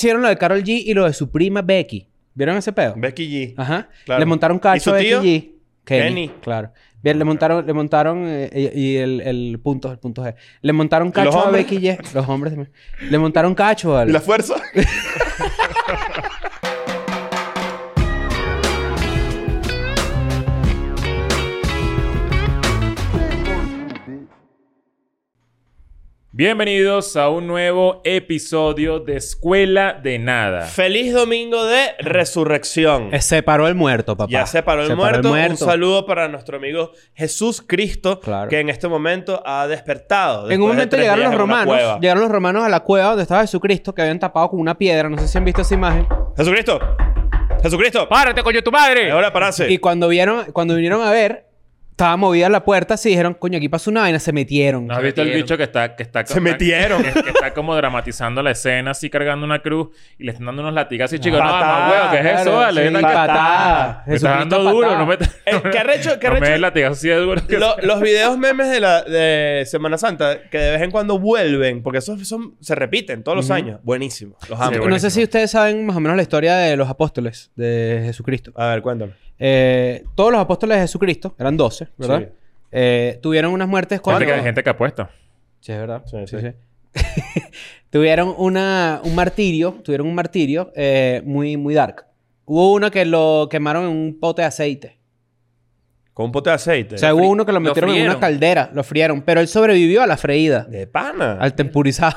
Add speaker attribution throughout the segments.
Speaker 1: hicieron lo de Carol G y lo de su prima Becky. ¿Vieron ese pedo?
Speaker 2: Becky G.
Speaker 1: Ajá.
Speaker 2: Claro.
Speaker 1: Le montaron
Speaker 2: ¿Y su
Speaker 1: cacho a Becky
Speaker 2: tío?
Speaker 1: G. Kenny.
Speaker 2: Kenny.
Speaker 1: Claro. Bien, le montaron, le montaron, eh, y, y el, el punto, el punto G. Le montaron
Speaker 2: los
Speaker 1: cacho a
Speaker 2: hombres?
Speaker 1: Becky G. Los hombres también. Le montaron cacho al.
Speaker 2: ¿Y la fuerza?
Speaker 3: Bienvenidos a un nuevo episodio de Escuela de Nada.
Speaker 2: Feliz domingo de resurrección.
Speaker 1: Eh, Se paró el muerto, papá.
Speaker 2: Ya se paró el,
Speaker 1: paró
Speaker 2: muerto. Un saludo para nuestro amigo Jesús Cristo,
Speaker 1: Claro.
Speaker 2: que en este momento ha despertado.
Speaker 1: En un
Speaker 2: después de
Speaker 1: momento
Speaker 2: tres
Speaker 1: llegaron
Speaker 2: días
Speaker 1: los
Speaker 2: en una
Speaker 1: romanos.
Speaker 2: cueva.
Speaker 1: Llegaron los romanos a la cueva donde estaba Jesucristo, que habían tapado con una piedra. No sé si han visto esa imagen.
Speaker 2: Jesucristo. Jesucristo.
Speaker 3: ¡Párate, coño, tu madre!
Speaker 2: Ahora pararse.
Speaker 1: Y cuando vieron, cuando vinieron a ver, estaba movida la puerta, así dijeron, coño, aquí pasó una vaina, se metieron.
Speaker 3: ¿No has visto el bicho que está... Que está
Speaker 2: Se metieron.
Speaker 3: Que, que está como dramatizando la escena, así cargando una cruz y le están dando unos latigazos y chicos, no,
Speaker 2: Patada,
Speaker 3: mamá, huevo, ¿qué es eso?
Speaker 1: Claro,
Speaker 3: Vale,
Speaker 1: sí,
Speaker 3: Ven acá.
Speaker 1: patada.
Speaker 3: Me estás
Speaker 1: Jesucristo
Speaker 3: dando duro,
Speaker 1: patada.
Speaker 3: no me...
Speaker 2: Eh, ¿Qué arrecho? ¿Qué
Speaker 3: no me
Speaker 2: arrecho?
Speaker 3: des latigazo así de duro. que-
Speaker 2: Lo- los videos memes de la de Semana Santa que de vez en cuando vuelven, porque esos son, se repiten todos los años. Buenísimo. Los amo.
Speaker 3: Sí,
Speaker 1: no sé
Speaker 3: bueno. buenísimo.
Speaker 1: si ustedes saben más o menos la historia de los apóstoles de Jesucristo.
Speaker 2: A ver, cuéntame.
Speaker 1: Eh, todos los apóstoles de Jesucristo, eran 12, ¿verdad?
Speaker 2: Sí.
Speaker 1: Eh, tuvieron unas muertes cuando...
Speaker 3: Gente que, gente que apuesta.
Speaker 1: Sí, es verdad.
Speaker 2: Sí,
Speaker 1: Sí,
Speaker 2: sí.
Speaker 1: sí. tuvieron una, un martirio, tuvieron un martirio eh, muy, muy dark. Hubo uno que lo quemaron en un pote de aceite.
Speaker 2: Con un pote de aceite.
Speaker 1: O sea, hubo uno que lo
Speaker 4: lo
Speaker 1: metieron en una
Speaker 4: frieron.
Speaker 1: caldera, lo frieron, pero él sobrevivió a la freída.
Speaker 2: de pana.
Speaker 1: Al tempurizado.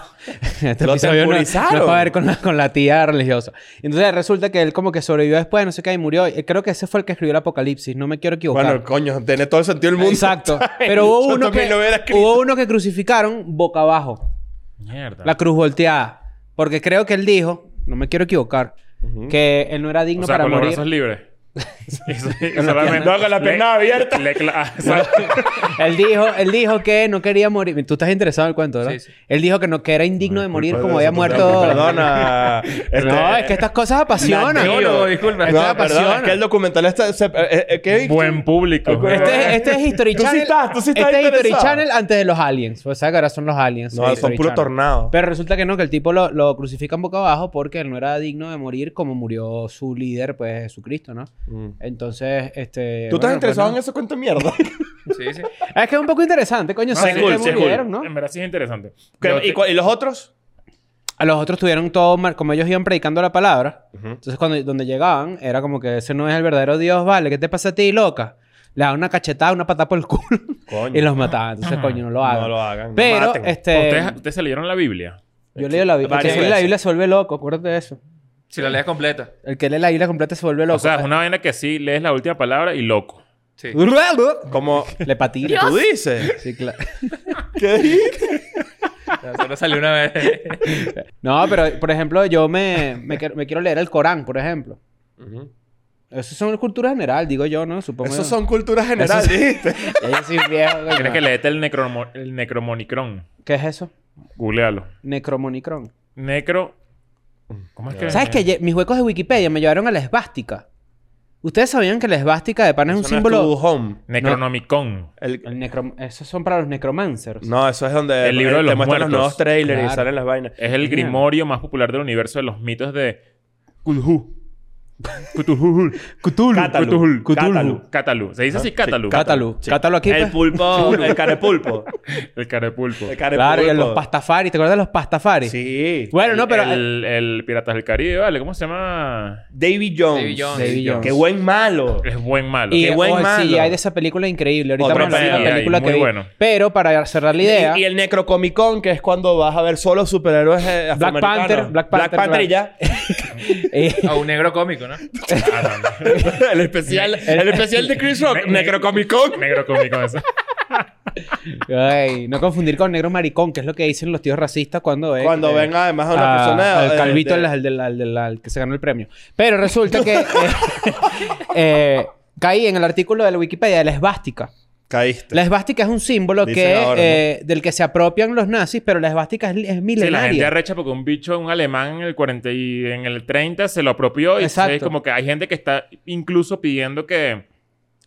Speaker 1: Este
Speaker 2: Lo
Speaker 1: episodio no-
Speaker 2: tempurizaron.
Speaker 1: No, va a ver con la, con la tía religiosa. Entonces resulta que él como que sobrevivió después, no sé qué, y murió. Eh, Creo que ese fue el que escribió el Apocalipsis. No me quiero equivocar.
Speaker 2: Bueno, coño, tiene todo el sentido del mundo.
Speaker 1: Exacto. Pero hubo
Speaker 2: Yo
Speaker 1: uno,
Speaker 2: también
Speaker 1: que,
Speaker 2: lo hubiera escrito.
Speaker 1: hubo uno que crucificaron boca abajo.
Speaker 3: Mierda.
Speaker 1: La cruz volteada. Porque creo que él dijo, no me quiero equivocar, que él no era digno
Speaker 3: o sea,
Speaker 1: para
Speaker 3: con los
Speaker 1: morir.
Speaker 3: brazos libres. Y so- y
Speaker 1: Con la
Speaker 3: solamente-
Speaker 2: pierna- No, con la
Speaker 3: le-
Speaker 2: pierna abierta.
Speaker 3: le cla- ah, exacto.
Speaker 1: Él dijo, él dijo que no quería morir. Tú estás interesado en el cuento, ¿verdad?
Speaker 4: Sí, sí.
Speaker 1: Él dijo que no que era indigno de morir
Speaker 2: Perdón,
Speaker 1: como había muerto.
Speaker 2: Perdona. Este-
Speaker 1: No, es que estas cosas apasionan.
Speaker 4: Nativo, disculpa.
Speaker 1: Estas
Speaker 2: No, perdón,
Speaker 1: apasionan.
Speaker 2: es que el documental está... se- eh, eh, ¿qué?
Speaker 3: Buen público.
Speaker 1: Este, es- este es History
Speaker 2: Pues, eh, Tú
Speaker 1: Channel.
Speaker 2: sí estás, tú sí estás
Speaker 1: este es History
Speaker 2: interesado.
Speaker 1: Channel antes de los aliens. O sea, que ahora son los aliens.
Speaker 2: No,
Speaker 1: de
Speaker 2: son
Speaker 1: History
Speaker 2: puro
Speaker 1: Channel.
Speaker 2: tornado.
Speaker 1: Pero resulta que no, que el tipo lo, lo crucifican boca abajo porque él no era digno de morir como murió su líder, pues Jesucristo, ¿no?
Speaker 2: Mm.
Speaker 1: Entonces, este.
Speaker 2: ¿Tú estás
Speaker 1: bueno,
Speaker 2: interesado
Speaker 1: pues,
Speaker 2: en
Speaker 1: no.
Speaker 2: ese cuento de mierda?
Speaker 4: Sí, sí.
Speaker 1: Es que es un poco interesante, coño.
Speaker 3: No,
Speaker 1: sé
Speaker 3: sí,
Speaker 1: que
Speaker 3: cool,
Speaker 2: Ah, sí, cool.
Speaker 1: Ah, murieron, ¿no?
Speaker 3: En verdad sí es interesante.
Speaker 2: ¿Qué-
Speaker 3: Yo
Speaker 2: ¿Y,
Speaker 3: te-
Speaker 2: cu- y los otros?
Speaker 1: A los otros tuvieron todo mar- como ellos iban predicando la palabra. Entonces, cuando donde llegaban, era como que ese no es el verdadero Dios, vale, ¿qué te pasa a ti, loca? Le daban una cachetada, una patada por el culo
Speaker 2: Coño.
Speaker 1: y los mataban. Entonces, coño, no lo hagan.
Speaker 2: No lo hagan, no
Speaker 1: Pero,
Speaker 2: maten.
Speaker 1: este.
Speaker 3: ¿Ustedes, ustedes se leyeron la Biblia.
Speaker 1: Yo leo la Biblia. El
Speaker 2: Varias
Speaker 1: que lee la
Speaker 2: veces.
Speaker 1: Biblia se vuelve loco, acuérdate de eso.
Speaker 4: Si la lees completa.
Speaker 1: El que lee la Biblia completa se vuelve loco. eh.
Speaker 3: O sea, es una vaina que sí lees la última palabra y loco.
Speaker 4: Sí.
Speaker 2: Como
Speaker 1: Le patina.
Speaker 2: tú dices.
Speaker 1: Sí, claro.
Speaker 2: ¿Qué dijiste?
Speaker 4: Solo salió una vez.
Speaker 1: No, pero por ejemplo, yo me, me, quiero- me quiero leer el Corán, por ejemplo. Eso son cultura general, digo yo, ¿no? Supongo.
Speaker 2: Esas son culturas generales,
Speaker 1: Eso sí.
Speaker 2: dijiste.
Speaker 1: Ya yo soy viejo. coño.
Speaker 3: Tienes que leerte el, necromo- el necromonicrón.
Speaker 1: ¿Qué es eso?
Speaker 3: Googlealo.
Speaker 1: Necromonicron.
Speaker 3: Necro... ¿Cómo es
Speaker 2: Eh.
Speaker 3: que...?
Speaker 1: ¿Sabes qué? Ye- Mis huecos de Wikipedia me llevaron a la esvástica. ¿Ustedes sabían que la esvástica de pan es un
Speaker 2: Eso no
Speaker 1: símbolo?
Speaker 2: tu home.
Speaker 3: Necronomicon.
Speaker 2: El-
Speaker 1: El necrom- Esos son para los necromancers.
Speaker 2: no, eso es donde
Speaker 3: El libro de
Speaker 2: te
Speaker 3: los
Speaker 2: muestran los
Speaker 3: muertos.
Speaker 2: nuevos trailers y
Speaker 1: Claro.
Speaker 2: salen las vainas.
Speaker 3: Es el
Speaker 1: Mierda.
Speaker 3: grimorio más popular del universo de los mitos de... Cthulhu. Cthulhu. Cthulhu.
Speaker 2: Cátalu.
Speaker 3: Cthulhu.
Speaker 2: Cátalu.
Speaker 3: Cthulhu. Cátalu. Se dice
Speaker 1: Ah,
Speaker 3: así Cátalu.
Speaker 1: Cátalo. Cátalo aquí.
Speaker 2: El
Speaker 1: pues.
Speaker 2: pulpo, el carepulpo.
Speaker 3: El carepulpo.
Speaker 2: El carepulpo.
Speaker 1: Claro, y en los pastafaris. ¿Te acuerdas de los pastafaris?
Speaker 2: Sí.
Speaker 1: Bueno, no, pero...
Speaker 3: El, el Piratas del Caribe, ¿vale? ¿Cómo se llama?
Speaker 2: David Jones.
Speaker 4: Davy Jones.
Speaker 1: Davy Jones.
Speaker 2: Qué buen malo.
Speaker 3: Es buen malo.
Speaker 1: Y
Speaker 2: Qué buen
Speaker 1: oh, el
Speaker 2: malo.
Speaker 1: CGI de esa película es increíble. Ahorita
Speaker 2: Otro
Speaker 1: vamos a hablar de
Speaker 3: CGI,
Speaker 1: la película
Speaker 3: muy
Speaker 1: que vi.
Speaker 3: bueno.
Speaker 1: Pero para cerrar la idea...
Speaker 2: Y, y el Necrocomicón, que es cuando vas a ver solo superhéroes eh,
Speaker 1: Black Panther,
Speaker 2: afroamericanos.
Speaker 1: Black Panther,
Speaker 2: y ya.
Speaker 1: eh,
Speaker 4: A un negro cómico, ¿no?
Speaker 3: Ah,
Speaker 2: el especial, el especial de Chris Rock.
Speaker 3: Ne-
Speaker 2: Necrocomicón.
Speaker 3: Negro cómico eso.
Speaker 1: ay, no confundir con negro maricón, que es lo que dicen los tíos racistas cuando ven...
Speaker 2: Cuando
Speaker 1: eh,
Speaker 2: ven además a una
Speaker 1: a-
Speaker 2: persona...
Speaker 1: Ah, Al
Speaker 2: eh,
Speaker 1: calvito, el-
Speaker 2: de-
Speaker 1: el, del- al del- al que se ganó el premio. Pero resulta que... eh, eh, caí en el artículo de la Wikipedia de la esvástica.
Speaker 2: Caíste.
Speaker 1: La esvástica es un símbolo
Speaker 2: Dicen
Speaker 1: que,
Speaker 2: ahora, ¿no?
Speaker 1: eh, del que se apropian los nazis, pero la esvástica es, es
Speaker 3: Sí, la gente
Speaker 1: milenaria.
Speaker 3: arrecha porque un bicho, un alemán en el 40 y en el 30 se lo apropió y
Speaker 1: Exacto.
Speaker 3: es como que hay gente que está incluso pidiendo que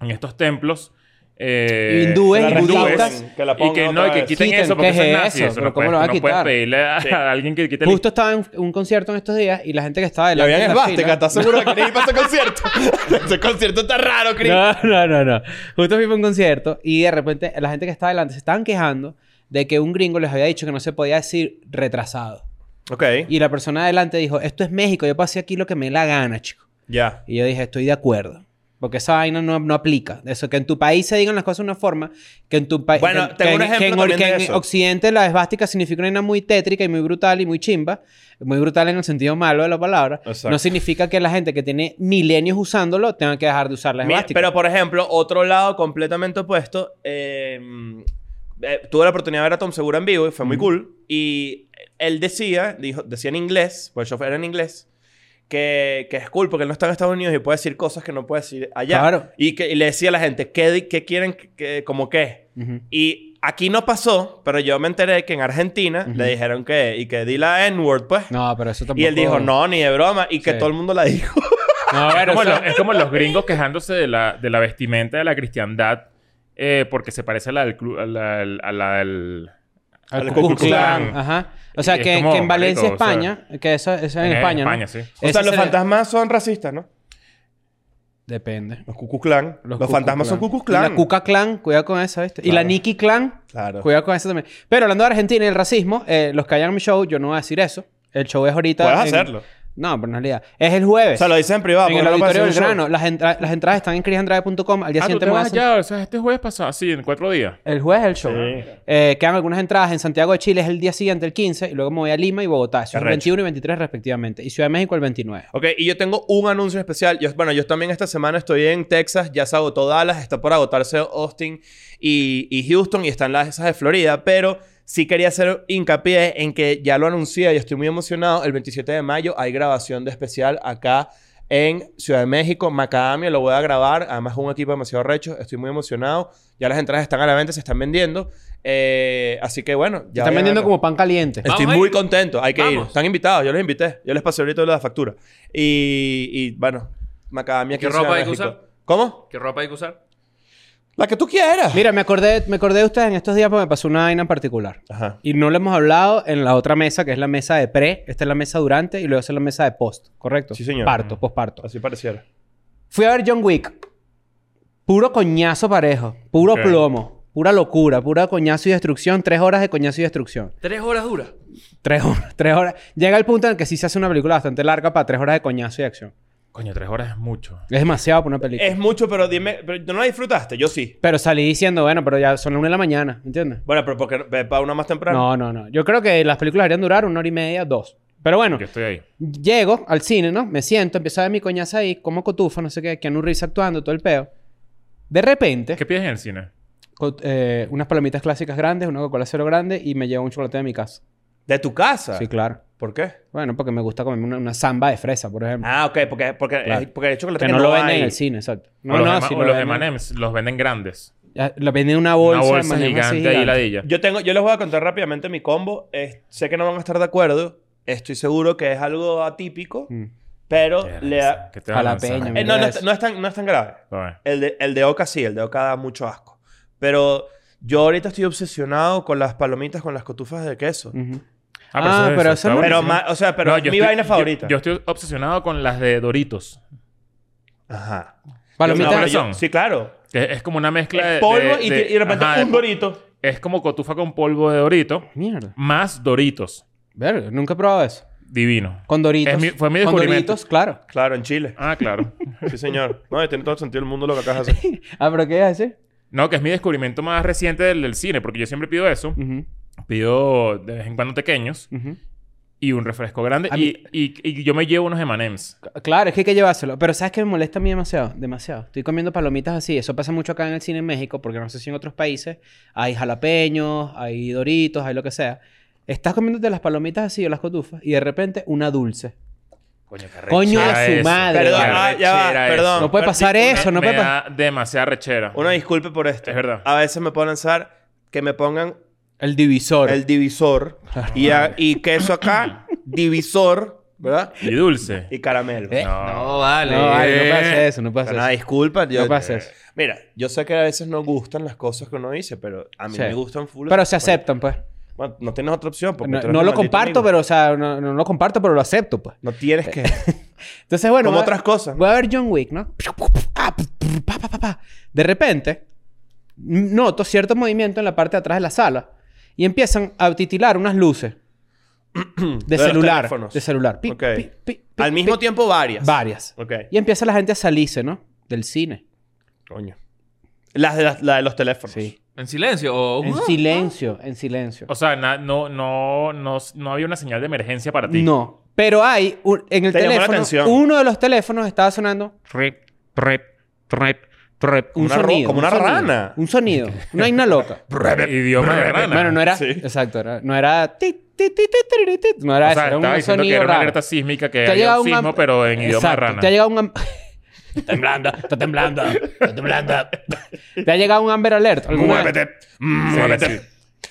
Speaker 3: en estos templos eh,
Speaker 1: Hindúes
Speaker 3: la
Speaker 1: y
Speaker 3: hindúes,
Speaker 1: budistas.
Speaker 2: Que la
Speaker 3: y que
Speaker 2: pongan
Speaker 3: no, y
Speaker 2: otra
Speaker 3: que
Speaker 2: vez.
Speaker 3: quiten
Speaker 1: Quiten,
Speaker 3: eso
Speaker 1: ¿qué
Speaker 3: porque eso
Speaker 1: es
Speaker 3: es nazi.
Speaker 1: eso?
Speaker 3: Eso
Speaker 1: ¿Pero
Speaker 3: no,
Speaker 1: cómo
Speaker 3: puedes,
Speaker 1: lo van a
Speaker 3: no puedes
Speaker 1: quitar?
Speaker 3: pedirle a, a alguien que quite el
Speaker 1: Justo estaba en un concierto en estos días y la gente que estaba
Speaker 2: Y
Speaker 1: delante.
Speaker 2: habían
Speaker 1: en la
Speaker 2: esvástica.
Speaker 1: fila-
Speaker 2: ¿Estás seguro que querías ir para ese concierto? ese concierto está raro, Chris.
Speaker 1: No, no, no, no. Justo fui para un concierto y de repente la gente que estaba delante se estaban quejando de que un gringo les había dicho que no se podía decir retrasado.
Speaker 2: Ok.
Speaker 1: Y la persona delante dijo, esto es México, yo pasé aquí lo que me dé la gana, chico.
Speaker 2: Ya.
Speaker 1: Y yo dije, estoy de acuerdo. Porque esa vaina no, no aplica. Eso, que en tu país se digan las cosas de una forma, que en tu país...
Speaker 2: Bueno,
Speaker 1: que,
Speaker 2: tengo
Speaker 1: que
Speaker 2: un
Speaker 1: en-
Speaker 2: ejemplo
Speaker 1: que en,
Speaker 2: también
Speaker 1: que
Speaker 2: de
Speaker 1: en
Speaker 2: eso.
Speaker 1: Occidente la esvástica significa una vaina muy tétrica y muy brutal y muy chimba. Muy brutal en el sentido malo de la palabra.
Speaker 2: Exacto.
Speaker 1: No significa que la gente que tiene milenios usándolo tenga que dejar de usar la
Speaker 2: Mi-
Speaker 1: esvástica.
Speaker 2: pero, por ejemplo, otro lado completamente opuesto. eh, eh, tuve la oportunidad de ver a Tom Segura en vivo y fue muy cool. Y él decía, dijo, decía en inglés, pues yo era en inglés, que, que es cool porque él no está en Estados Unidos y puede decir cosas que no puede decir allá.
Speaker 1: Claro.
Speaker 2: Y, que, y le decía a la gente, ¿qué, di- qué quieren? que- que- ¿Cómo qué?
Speaker 1: Ujú.
Speaker 2: Y aquí no pasó, pero yo me enteré que en Argentina le dijeron que... Y que di la N-word, pues.
Speaker 1: No, pero eso tampoco...
Speaker 2: y él dijo, no, ni de broma. Y que
Speaker 1: Sí.
Speaker 2: todo el mundo la dijo.
Speaker 1: No,
Speaker 3: Es
Speaker 1: bueno,
Speaker 3: como,
Speaker 1: eso-
Speaker 3: lo- es como los gringos quejándose de la, de la vestimenta de la cristiandad eh, porque se parece a la del... clu- A la, del- a la del-
Speaker 1: Al
Speaker 2: Al
Speaker 1: Ku
Speaker 2: Ku
Speaker 1: Klux
Speaker 2: Klux
Speaker 1: Klan.
Speaker 3: Klan.
Speaker 1: Ajá. O sea,
Speaker 3: Y es
Speaker 1: que,
Speaker 3: como,
Speaker 1: que en Valencia,
Speaker 3: marico, o sea,
Speaker 1: España, que eso, eso es en España,
Speaker 3: Eh, España,
Speaker 1: ¿no?
Speaker 3: sí. O
Speaker 2: O
Speaker 1: Ese
Speaker 2: sea, los
Speaker 1: se-
Speaker 2: fantasmas son racistas, ¿no?
Speaker 1: Depende.
Speaker 2: Los cucuclán. Los,
Speaker 1: Ku Klux
Speaker 2: fantasmas
Speaker 1: Klan.
Speaker 2: son cucuclán.
Speaker 1: Y La Cuca Clan, cuidado con eso, ¿viste? Y la
Speaker 2: Claro.
Speaker 1: Nikki Clan,
Speaker 2: Claro.
Speaker 1: cuidado con eso también. Pero hablando de Argentina y el racismo, eh, los que hayan mi show, yo no voy a decir eso. El show es ahorita.
Speaker 2: Puedes
Speaker 1: en-
Speaker 2: hacerlo.
Speaker 1: No, pero en realidad. Es el jueves.
Speaker 2: O sea, lo dicen en privado.
Speaker 1: en
Speaker 2: porque
Speaker 1: el
Speaker 2: no lo
Speaker 1: auditorio
Speaker 2: puedes
Speaker 1: del
Speaker 2: hacer en un
Speaker 1: grano. Las, entra- las entradas están en crisandrade.com. Al día
Speaker 3: Ah, tú
Speaker 1: siguiente
Speaker 3: te
Speaker 1: me voy a
Speaker 3: vas
Speaker 1: hacer-
Speaker 3: ya. O sea, este jueves pasado. Sí, en cuatro días.
Speaker 1: El jueves es el show.
Speaker 2: Sí.
Speaker 1: Eh, quedan algunas entradas en Santiago de Chile, es el día siguiente, el 15, y luego me voy a Lima y Bogotá. Eso es el
Speaker 2: Arrecho.
Speaker 1: 21 y 23 respectivamente. Y Ciudad de México el 29.
Speaker 2: show. Ok, y yo tengo un anuncio especial. Yo, bueno, yo también esta semana estoy en Texas. Ya se agotó Dallas. Está por agotarse Austin y, y Houston. Y están las esas de Florida. Pero sí quería hacer hincapié en que ya lo anuncié y estoy muy emocionado. El 27 de mayo hay grabación de especial acá en Ciudad de México, Macadamia, lo voy a grabar. Además, es un equipo demasiado recho. Estoy muy emocionado. Ya las entradas están a la venta, se están vendiendo. Eh, así que bueno, ya.
Speaker 1: Están
Speaker 2: vayan a
Speaker 1: vendiendo
Speaker 2: verlo.
Speaker 1: como pan caliente.
Speaker 2: Estoy
Speaker 4: Vamos a
Speaker 2: muy
Speaker 4: ir.
Speaker 2: contento. Hay que ir.
Speaker 4: Vamos.
Speaker 2: Están invitados. Yo los invité. Yo les pasé ahorita la factura. Y, y bueno, Macadamia. aquí
Speaker 4: ¿Qué
Speaker 2: en Ciudad
Speaker 4: ropa
Speaker 2: de
Speaker 4: hay que
Speaker 2: México.
Speaker 4: usar?
Speaker 2: ¿Cómo?
Speaker 4: ¿Qué ropa hay que usar?
Speaker 2: La que tú quieras.
Speaker 1: Mira, me acordé, me acordé de ustedes en estos días porque me pasó una vaina en particular.
Speaker 2: Ajá.
Speaker 1: Y no lo hemos hablado en la otra mesa, que es la mesa de pre, esta es la mesa durante y luego esa es la mesa de post, ¿correcto?
Speaker 2: Sí, señor.
Speaker 1: Parto, posparto.
Speaker 2: Así pareciera.
Speaker 1: Fui a ver John Wick. Puro coñazo parejo, puro
Speaker 3: Ok.
Speaker 1: plomo, pura locura, pura coñazo y destrucción, tres horas de coñazo y destrucción.
Speaker 4: ¿Tres horas dura?
Speaker 1: Tres horas, tres horas. Llega el punto en el que sí se hace una película bastante larga para tres horas de coñazo y acción.
Speaker 3: Coño, tres horas es mucho.
Speaker 1: Es demasiado para una
Speaker 4: Eh.
Speaker 1: película.
Speaker 2: Es mucho, pero dime. Pero ¿tú ¿No la disfrutaste? Yo sí.
Speaker 1: Pero salí diciendo, bueno, pero ya son las una de la mañana, ¿entiendes?
Speaker 2: Bueno, pero porque ve para una más temprano.
Speaker 1: No, no, no. Yo creo que las películas deberían durar una hora y media, dos. Pero bueno,
Speaker 3: Yo estoy ahí.
Speaker 1: llego al cine, ¿no? Me siento, empiezo a ver mi coñaza ahí, como cotufa, no sé qué, Keanu Reeves actuando, todo el peo. De repente,
Speaker 3: ¿Qué pides en el cine?
Speaker 1: co- eh, unas palomitas clásicas grandes, una Coca-Cola cero grande y me llevo un chocolate de mi casa.
Speaker 2: ¿De tu casa?
Speaker 1: Sí, claro.
Speaker 2: ¿Por qué?
Speaker 1: Bueno, porque me gusta comerme una, una samba de fresa, por ejemplo.
Speaker 2: Ah, ok. Porque, porque,
Speaker 1: Claro.
Speaker 2: eh, porque el chocolate
Speaker 1: que no lo venden
Speaker 2: hay.
Speaker 1: en el cine, exacto.
Speaker 3: o
Speaker 1: No,
Speaker 3: los,
Speaker 1: no,
Speaker 3: M-
Speaker 1: sí
Speaker 3: o
Speaker 1: lo
Speaker 3: los
Speaker 1: venden.
Speaker 3: M&M's los venden grandes.
Speaker 1: Ya, Lo venden en una bolsa.
Speaker 3: Una
Speaker 1: de
Speaker 3: bolsa
Speaker 1: manejo así
Speaker 3: gigante ahí ladilla.
Speaker 2: Yo tengo, yo les voy a contar rápidamente mi combo. Es- sé que no van a estar de acuerdo. Estoy seguro que es algo atípico,
Speaker 1: Mm.
Speaker 2: pero le da-
Speaker 3: ¿Qué te vas a lanzar? Ah,
Speaker 1: Jalapeño,
Speaker 2: Eh,
Speaker 1: mira.
Speaker 2: no, no,
Speaker 1: eso.
Speaker 2: es- no es tan, no es tan grave.
Speaker 3: Joder.
Speaker 2: El de, el de Oca sí, el de Oca da mucho asco. Pero yo ahorita estoy obsesionado con las palomitas con las cotufas de queso.
Speaker 1: Ujú. Ah,
Speaker 3: Ah,
Speaker 1: pero
Speaker 3: pero
Speaker 1: eso
Speaker 3: eso
Speaker 1: no-
Speaker 3: es- está
Speaker 2: Pero,
Speaker 3: buenísimo.
Speaker 2: ma- o sea, pero
Speaker 3: No,
Speaker 2: es
Speaker 3: yo
Speaker 2: mi
Speaker 3: estoy-
Speaker 2: vaina
Speaker 3: yo-
Speaker 2: favorita.
Speaker 3: Yo, estoy obsesionado con las de Doritos.
Speaker 2: Ajá.
Speaker 1: Palomitas.
Speaker 2: No, pero yo-
Speaker 3: son?
Speaker 2: sí, claro.
Speaker 3: Que es como una mezcla Eh, de...
Speaker 2: Es polvo
Speaker 3: de-
Speaker 2: y,
Speaker 3: de-
Speaker 2: ti- y de repente
Speaker 3: ajá,
Speaker 2: un dorito.
Speaker 3: Es como cotufa con polvo de Dorito
Speaker 1: Mierda.
Speaker 3: más Doritos.
Speaker 1: Verga, nunca he probado eso.
Speaker 3: Divino.
Speaker 1: Con Doritos.
Speaker 3: Es mi- fue mi
Speaker 1: Con
Speaker 3: descubrimiento.
Speaker 1: Doritos, claro.
Speaker 2: Claro, en Chile.
Speaker 3: Ah, claro.
Speaker 2: Sí, señor. No, tiene todo el sentido del mundo lo que acabas de hacer.
Speaker 1: Ah, pero ¿qué ibas a decir?
Speaker 3: No, que es mi descubrimiento más reciente del, del cine, porque yo siempre pido eso.
Speaker 1: Ujú,
Speaker 3: Pido de vez en cuando tequeños
Speaker 1: ujú.
Speaker 3: y un refresco grande.
Speaker 1: A
Speaker 3: Y,
Speaker 1: mí-
Speaker 3: y- y yo me llevo unos M&M's.
Speaker 1: C- Claro, es que hay que llevárselo. Pero ¿sabes qué me molesta a mí demasiado? Demasiado. Estoy comiendo palomitas así. Eso pasa mucho acá en el cine en México, porque no sé si en otros países hay jalapeños, hay doritos, hay lo que sea. Estás comiéndote las palomitas así o las cotufas y de repente una dulce.
Speaker 3: Coño, qué
Speaker 1: Coño a
Speaker 3: rechera
Speaker 1: su
Speaker 3: eso.
Speaker 1: madre.
Speaker 2: Perdón,
Speaker 3: Qué
Speaker 2: ah, ya va,
Speaker 3: rechera
Speaker 2: perdón.
Speaker 1: No puede
Speaker 2: pero
Speaker 1: pasar
Speaker 2: di-
Speaker 1: eso, no
Speaker 3: me
Speaker 1: puede pasar.
Speaker 3: da demasiada rechera.
Speaker 2: Una disculpe por esto.
Speaker 3: Es verdad.
Speaker 2: A veces me pueden lanzar que me pongan
Speaker 1: El divisor.
Speaker 2: el divisor y, a- y queso acá, divisor, ¿verdad?
Speaker 3: Y dulce.
Speaker 2: Y caramelo.
Speaker 1: ¿Eh?
Speaker 3: No.
Speaker 4: vale.
Speaker 1: No, vale, no pasa eso, no pasa
Speaker 2: Pero nada,
Speaker 1: eso.
Speaker 2: disculpa. yo-
Speaker 1: No pasa eso.
Speaker 2: Mira, yo sé que a veces no gustan las cosas que uno dice, pero a mí
Speaker 1: Sí.
Speaker 2: me gustan full.
Speaker 1: Pero se aceptan, pues.
Speaker 2: Bueno, no tienes otra opción. Porque
Speaker 1: No,
Speaker 2: tú eres
Speaker 1: no
Speaker 2: un
Speaker 1: lo
Speaker 2: maldito
Speaker 1: comparto,
Speaker 2: amigo.
Speaker 1: pero, o sea, no, no lo comparto, pero lo acepto, pues.
Speaker 2: No tienes que.
Speaker 1: Entonces, bueno.
Speaker 2: Como
Speaker 1: voy a-
Speaker 2: otras cosas, ¿no?
Speaker 1: Voy a ver John Wick, ¿no? Ah, pa, pa, pa, pa. De repente, noto cierto movimiento en la parte de atrás de la sala y empiezan a titilar unas luces de,
Speaker 2: Mm, De los
Speaker 1: celular.
Speaker 2: teléfonos.
Speaker 1: De celular. Pi,
Speaker 2: Ok.
Speaker 1: pi, pi, pi,
Speaker 2: Al mismo
Speaker 1: pi.
Speaker 2: tiempo, varias.
Speaker 1: Varias.
Speaker 2: Ok.
Speaker 1: Y empieza la gente a salirse, ¿no? Del cine.
Speaker 2: Coño. Las de, las- la de los teléfonos.
Speaker 1: Sí.
Speaker 4: ¿En silencio? o-
Speaker 2: Oh,
Speaker 4: uh.
Speaker 1: En silencio, en silencio.
Speaker 3: O sea, na- no, no, no, no había una señal de emergencia para ti.
Speaker 1: No. Pero hay, un- en el
Speaker 2: Te llamó la
Speaker 1: teléfono,
Speaker 2: atención.
Speaker 1: uno de los teléfonos estaba sonando
Speaker 3: Rep, rep, rep, rep.
Speaker 1: un
Speaker 2: Una ro-
Speaker 1: sonido.
Speaker 2: como
Speaker 1: un
Speaker 2: una
Speaker 1: sonido,
Speaker 2: rana.
Speaker 1: Un sonido. Una vaina loca.
Speaker 3: Idioma de rana.
Speaker 1: Bueno, no era.
Speaker 2: Sí.
Speaker 1: Exacto, era- no era. ti, ti, ti, ti, tiri, ti, No era
Speaker 3: O
Speaker 1: eso,
Speaker 3: sea,
Speaker 1: era
Speaker 3: estaba
Speaker 1: un
Speaker 3: diciendo que
Speaker 1: sonido
Speaker 3: era una
Speaker 1: raro.
Speaker 3: alerta sísmica que
Speaker 1: Te ha
Speaker 3: había
Speaker 1: llegado
Speaker 3: un
Speaker 1: un
Speaker 3: sismo,
Speaker 1: am-
Speaker 3: pero en idioma de
Speaker 1: Exacto,
Speaker 3: rana.
Speaker 1: Te ha llegado un. am-
Speaker 2: Temblando.
Speaker 1: Está temblando, está temblando. Te ha llegado un Amber Alert. alguna vez.
Speaker 2: Muévete.
Speaker 3: Mm,
Speaker 2: Muévete.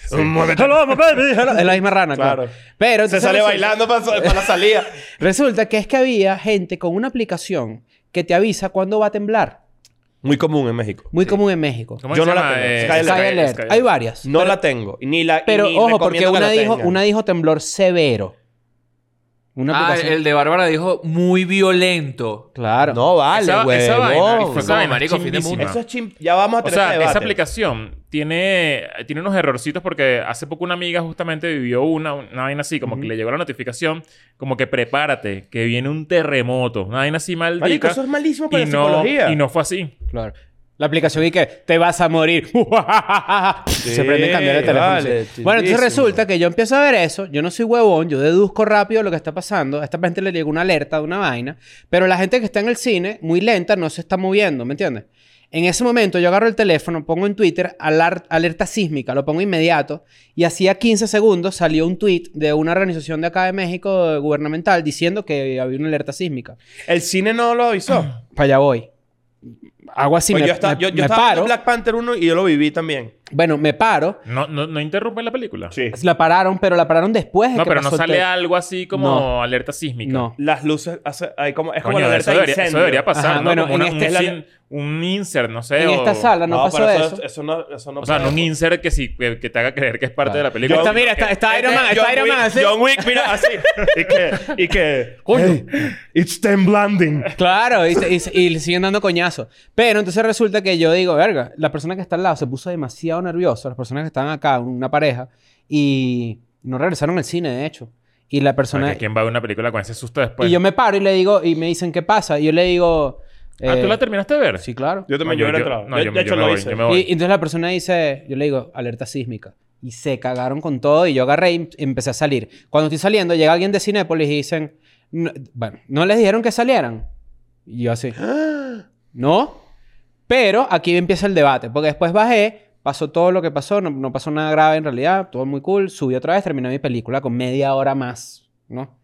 Speaker 3: sí.
Speaker 2: Muévete. Hello, my baby. Hello.
Speaker 1: Es la misma rana, claro.
Speaker 2: Claro.
Speaker 1: Pero
Speaker 2: Se
Speaker 1: entonces
Speaker 2: sale
Speaker 1: resulta-
Speaker 2: bailando para, la salida.
Speaker 1: Resulta que es que había gente con una aplicación que te avisa cuándo va a temblar.
Speaker 2: Muy común en México.
Speaker 1: Muy común en México.
Speaker 3: ¿Cómo
Speaker 2: Yo
Speaker 3: se
Speaker 2: no la
Speaker 3: llama?
Speaker 2: tengo.
Speaker 3: Eh,
Speaker 2: Sky
Speaker 1: Sky
Speaker 2: Alert.
Speaker 1: Alert. Hay varias.
Speaker 2: No la tengo. Y Ni la. y
Speaker 1: Pero
Speaker 2: ni
Speaker 1: ojo, porque
Speaker 2: recomiendo que
Speaker 1: una
Speaker 2: la
Speaker 1: dijo,
Speaker 2: tengan.
Speaker 1: una dijo temblor severo. Una
Speaker 4: Ah,
Speaker 1: aplicación.
Speaker 4: el de Bárbara dijo muy violento.
Speaker 1: Claro.
Speaker 2: No
Speaker 3: Esa-
Speaker 2: vale, güey.
Speaker 3: esa vaina, y
Speaker 4: Fue
Speaker 3: No,
Speaker 4: como, marico, fin de
Speaker 3: chimbísima.
Speaker 4: mundo.
Speaker 2: Eso es chim... Ya vamos a
Speaker 3: O
Speaker 2: tener
Speaker 3: sea,
Speaker 2: ese
Speaker 3: esa
Speaker 2: debate.
Speaker 3: aplicación tiene, tiene unos errorcitos porque hace poco una amiga justamente vivió una, una vaina así, como que le llegó la notificación, como que prepárate, que viene un terremoto, una vaina así maldita.
Speaker 2: Marico, eso es malísimo para
Speaker 3: y
Speaker 2: la
Speaker 3: no,
Speaker 2: psicología.
Speaker 3: y no fue así.
Speaker 1: Claro. La aplicación y que te vas a morir. Se prende a cambiar el teléfono.
Speaker 2: vale,
Speaker 1: sí. bueno, entonces
Speaker 2: chidísimo.
Speaker 1: resulta que yo empiezo a ver eso. Yo no soy huevón, yo deduzco rápido lo que está pasando. A esta gente le llega una alerta de una vaina. Pero la gente que está en el cine, muy lenta, no se está moviendo, ¿me entiendes? En ese momento yo agarro el teléfono, pongo en Twitter alar- alerta sísmica, lo pongo inmediato y hacía 15 segundos salió un tweet de una organización de acá de México eh, gubernamental diciendo que había una alerta sísmica.
Speaker 2: El cine no lo avisó.
Speaker 1: Para allá voy. Hago así,
Speaker 2: Pues
Speaker 1: me,
Speaker 2: yo, esta-
Speaker 1: me-
Speaker 2: yo, yo
Speaker 1: me
Speaker 2: estaba viendo
Speaker 1: paro.
Speaker 2: Black Panther 1 y yo lo viví también.
Speaker 1: Bueno, me paro.
Speaker 3: No, no, no interrumpe la película.
Speaker 2: Sí.
Speaker 1: La pararon, pero la pararon después de
Speaker 3: No,
Speaker 1: que
Speaker 3: pero no
Speaker 1: pasó el
Speaker 3: sale
Speaker 1: te-
Speaker 3: algo así como
Speaker 1: No.
Speaker 3: alerta sísmica.
Speaker 1: No.
Speaker 2: Las luces... hace- hay como, es como
Speaker 3: Coño,
Speaker 2: la alerta
Speaker 3: eso,
Speaker 2: de
Speaker 3: debería, eso
Speaker 2: incendio.
Speaker 3: debería pasar,
Speaker 1: Ajá,
Speaker 3: ¿no?
Speaker 1: bueno,
Speaker 3: Como
Speaker 1: en
Speaker 3: una-
Speaker 1: este-
Speaker 3: un, sin- un insert, no sé.
Speaker 1: En
Speaker 3: o-
Speaker 1: esta sala no, pasó
Speaker 2: pero
Speaker 1: eso.
Speaker 2: Eso, eso no, eso no
Speaker 3: O sea, no
Speaker 2: pasa.
Speaker 3: un insert que, sí, que, que te haga creer que es parte de la película.
Speaker 1: Está- mira, está, está
Speaker 3: este
Speaker 1: Iron Man, está
Speaker 2: Este John
Speaker 1: Iron Man.
Speaker 2: Wick-
Speaker 1: así.
Speaker 2: John Wick, mira, así. y que... Y que "Hey, it's temblando.
Speaker 1: Claro, y, se- y se- y le siguen dando coñazo. Pero entonces resulta que yo digo, verga, la persona que está al lado se puso demasiado nerviosa, las personas que estaban acá, una pareja, y no regresaron al cine, de hecho. Y la persona...
Speaker 3: Porque ¿Quién va a ver una película con ese susto después?
Speaker 1: y yo me paro y le digo, y me dicen, ¿qué pasa? Y yo le digo...
Speaker 3: Ah, ¿tú
Speaker 1: eh,
Speaker 3: la terminaste de ver?
Speaker 1: Sí, claro.
Speaker 2: Yo también, yo
Speaker 3: No,
Speaker 2: hubiera
Speaker 3: yo-
Speaker 2: entrado.
Speaker 3: no,
Speaker 2: Yo-
Speaker 3: yo me-
Speaker 2: de hecho,
Speaker 3: yo me
Speaker 2: lo
Speaker 3: voy,
Speaker 2: hice.
Speaker 3: yo me voy.
Speaker 1: Y, y entonces la persona dice, yo le digo, alerta sísmica. Y se cagaron con todo y yo agarré y em- empecé a salir. Cuando estoy saliendo, llega alguien de Cinépolis y dicen, "No- bueno, ¿no les dijeron que salieran? Y yo así, ¿no? Pero aquí empieza el debate, porque después bajé, pasó todo lo que pasó, no, no pasó nada grave en realidad, todo muy cool, subí otra vez, terminé mi película con media hora más, ¿no?